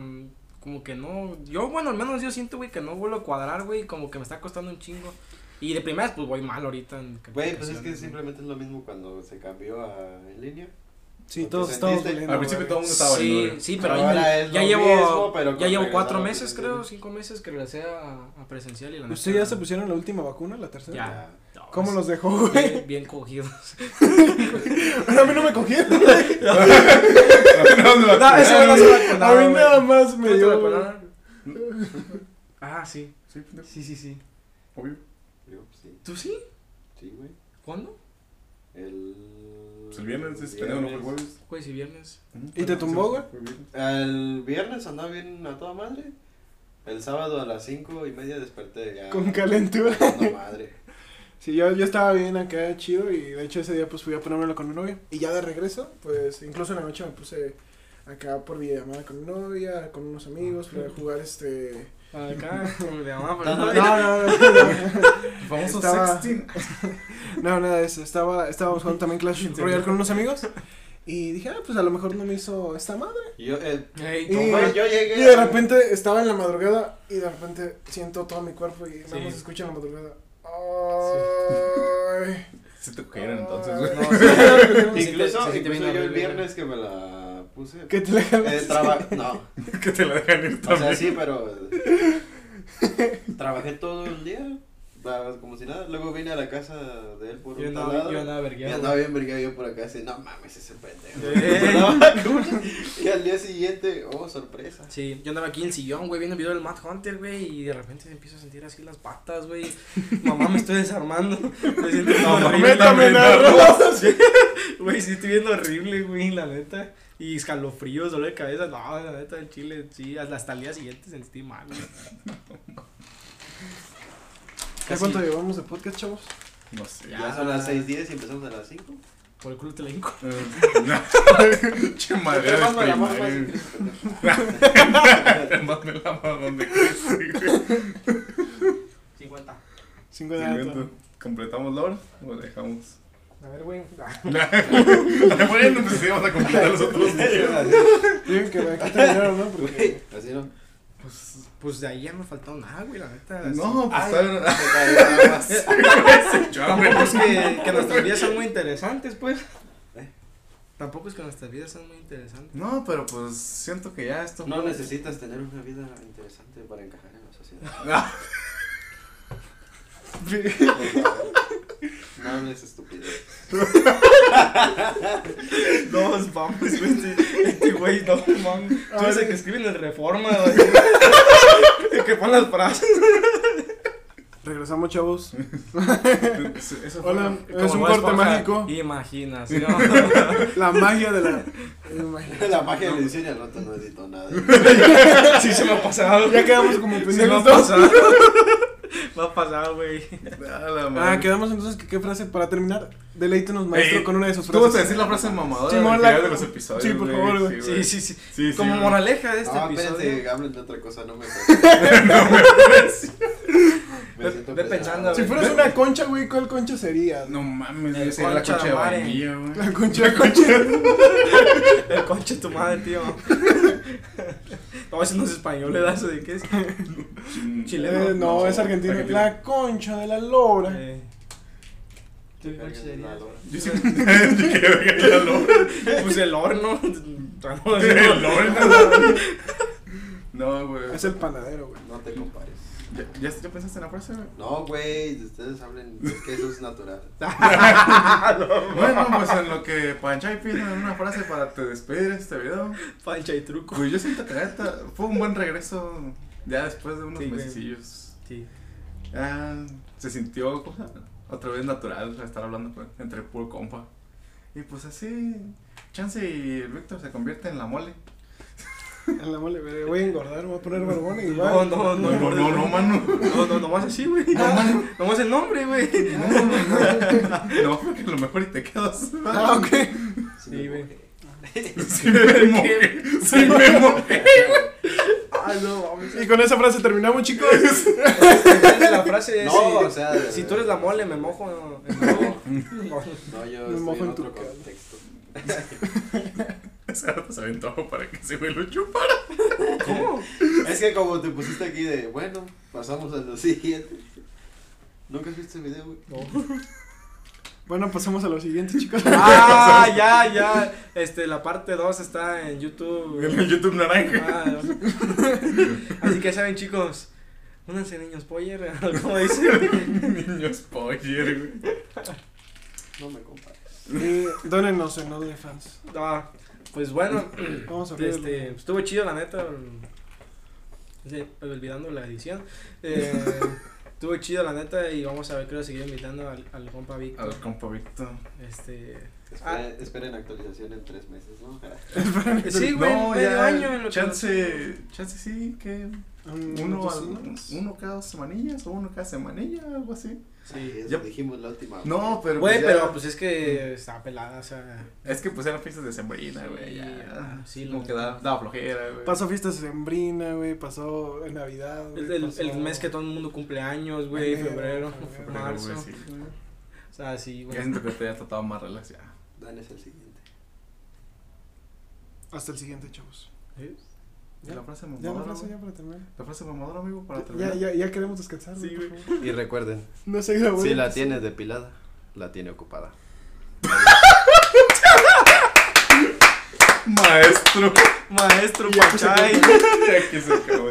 como que no, yo, bueno, al menos yo siento, güey, que no vuelvo a cuadrar, güey, como que me está costando un chingo. Y de primeras, pues voy mal ahorita. en Güey, pues es que calificaciones, güey. simplemente es lo mismo cuando se cambió a en línea. Sí, ¿Lo todos que estamos sentiste? valiendo Al principio verga. todo el mundo estaba sí, valiendo. sí, pero Ahora ya- es ya lo llevo, mismo, pero ya con llevo regresado cuatro a meses, presencial. creo, cinco meses que regresé a, a presencial y la ¿Ustedes ya se pusieron la última vacuna, la tercera? Ya. No, ¿Cómo es- los dejó, güey? Bien, bien cogidos. a mí no me cogieron. No, no, No, ese güey no se vacunaba, a mí güey. nada más me ¿Tú te dio. vacunaron? Ah, sí. Sí, pendejo, Sí, sí, sí. obvio. Yo, pues, sí, ¿Tú sí? sí, güey. ¿Cuándo? El... Pues el viernes, ese pendejo no fue el jueves. Jueves y viernes. Ujú. ¿Y te tumbó, güey? Fue viernes. El viernes andaba bien a toda madre. El sábado a las cinco y media desperté ya. Con calentura. No madre. Sí, yo, yo estaba bien acá, chido, y de hecho ese día pues fui a ponérmelo con mi novia. Y ya de regreso, pues incluso en la noche me puse acá por videollamada con mi novia, con unos amigos, para jugar este... Acá, como de mamá, pero No, Ah. no, No, no, no. El famoso Estaba- sexting. No, nada de eso. Estaba, estábamos jugando también Clash Sí. Royale con unos amigos. Y dije, ah, pues a lo mejor no me hizo esta madre. Y Yo, eh, Ey, Y- toma. güey, yo llegué. Y de repente estaba en la madrugada y de repente siento todo mi cuerpo y nada Sí. más escucho en la madrugada. Ay. Si te cogieron entonces, güey. No, sí. No, sí te- Incluso, sí te viene incluso yo el horrible, viernes que me la puse. ¿Qué te le Eh, traba- No, Que te la dejan ir o también. sea, sí, pero. Trabajé todo el día. da- Como si nada. Luego vine a la casa de él por Yo un andaba, talado. yo andaba Y vergueado. andaba bien brigado yo por acá así, no mames ese pendejo. Eh. y al día siguiente, oh, sorpresa. Sí, yo andaba aquí en el sillón, güey, viendo el video del Mad Hunter, güey, y de repente empiezo a sentir así las patas, güey. Mamá, me estoy desarmando. Me siento No, horrible. mames, también, Sí, Güey, sí estoy viendo horrible, güey, la neta. Y escalofríos, dolor de cabeza. No, la neta, el chile, sí, hasta, hasta el día siguiente sentí mal. güey. ¿Ya cuánto llevamos de podcast, chavos? No sé. Ya, Ya. son las 6.10 y empezamos a las 5. Por el culo te la hinco. Eh, no. Che madre de Más me la mamo, primaria. más Más me la mamo donde crece, güey. 50. Cinco de Siguiente. alto. ¿Completamos la hora o dejamos? A ver, güey. ah, bueno, pues sí, vamos a completar los otros días. Digo que aquí terminaron, ¿no? Porque... Güey, Así no. Pues, pues de ahí ya no faltó nada, güey, la neta. No, pues Ay, a ver. Se cae nada más. Yo, Tampoco güey. es que, que nuestras vidas son muy interesantes, pues. Tampoco es que nuestras vidas son muy interesantes. No, pero pues siento que ya esto. No necesitas tener una vida interesante para encajar en la sociedad. No hables estupidez. No, vamos, güey. Este, este güey, no, mames. Tú eres el que escribe en el Reforma, güey. El que pone las frases. Regresamos, chavos. Eso fue. Hola. Es Como un Bob corte Esponja, mágico. Imaginación. La magia de la... la magia. La magia del diseño al rato no edito nada. Sí, se me ha pasado. Ya quedamos como Se me ha pendejos. todos. pasado. Me ha pasado, güey. A la Ah, madre. quedamos entonces que qué frase para terminar. Deleítenos, maestro, Ey, con una de sus Tú vas a frases. decir la frase mamadora Simón, al la- final de los episodios. Sí, por favor, güey. Sí, sí, sí. Sí, sí, Como güey. moraleja de este Ah, episodio. espérate, hablen de otra cosa, no me Me siento Ve pesado. pensando, a Si ver. fueras una concha, güey, ¿cuál concha sería? No mames, yo El sería la concha concha de de mare. vainilla, güey. La concha, la concha. El conche tu madre, tío. No, ese no es español, ¿verdad? ¿Eso de qué es? Chin- Chileno. Eh, no, es argentino. Argentino. La concha de la lora. Eh, ¿Tú qué concha serías? Yo sí. Yo quiero que haya olor. Pues el horno. El olor. No, güey. Es el panadero, güey. No te compares. ¿Ya, ya, ya pensaste en la frase? güey? No, güey, ustedes hablen, es que eso es natural. Bueno, pues en lo que Panchai pide una frase para te despedir de este video. Pancha y truco. Pues yo siento que la neta fue un buen regreso ya después de unos Sí, güey. mesecillos. Sí. Ya se sintió cosa, otra vez natural estar hablando con- entre puro compa. Y pues así, chance y el Víctor se convierte en la mole. A la mole, güey. Voy a engordar, me voy a poner barbón y va. No, no, No, no, no, no, no, mano. No, no, nomás así, güey. Nomás el nombre, güey. No, porque a lo mejor y te quedas. Ah, ok. Sí, güey. Sí me mojé, sí me mojé. Pero Ah, Ay, no, mames. Y con esa frase terminamos, chicos. La frase es, No, si- o sea, si tú eres la mole, me mojo. No. No, yo Me estoy mojo en en otro tu cara. contexto. Ese rato se aventó para que se me lo chupara. ¿Cómo? Es que como te pusiste aquí de, bueno, pasamos a lo siguiente. ¿Nunca has visto ese video, güey? Bueno, pasamos a lo siguiente, chicos. Ah, ya, ya. Este, la parte 2 está en YouTube. En YouTube naranja. Ah, así que saben, chicos. Únanse niños poller, como dicen. Niño spoiler, güey. No me compares. Y Eh, dónenos en OnlyFans. Ah, pues bueno, Vamos a abrirlo. este, estuvo chido la neta. Sí, olvidando la edición. Eh, estuvo chido la neta y vamos a ver, creo, seguir invitando al, al compa Vic. Al compa Víctor. Este, Ah. Esperen, esperen actualización en tres meses, ¿no? sí, güey, medio año en lo que- chance, chance sí, que Mm, uno, dos al- semanas. uno cada dos semanillas o uno cada semanilla, algo así. Sí, Sí. eso Ya- dijimos la última. vez. No, pero. Güey, pues ya- pero pues es que está pelada, o sea. Es que pues eran fiestas de sembrina, güey. Sí, Ya. ah, sí, como lo- que daba, daba flojera, güey. Pasó fiestas de sembrina, güey. Pasó en Navidad. güey, El, el, pasó- el mes que todo el mundo cumple años, güey, Enero, febrero, febrero, Pero, güey, marzo. sí, güey. O sea, sí, Ya güey. siento que te ya tratado más relax ya. pues. Dan es el siguiente. Hasta el siguiente, chavos. Sí. Y Ya. la frase Ya la mamadora. frase güey. ya para terminar. La frase mamadora, amigo, para Ya, terminar. ya, ya queremos descansar, Sí, por güey. favor. Y recuerden, No se grabó. si el la episodio. tiene depilada, la tiene ocupada. Maestro. Maestro Ya que se Pachay. acabó. Ya que se acabó.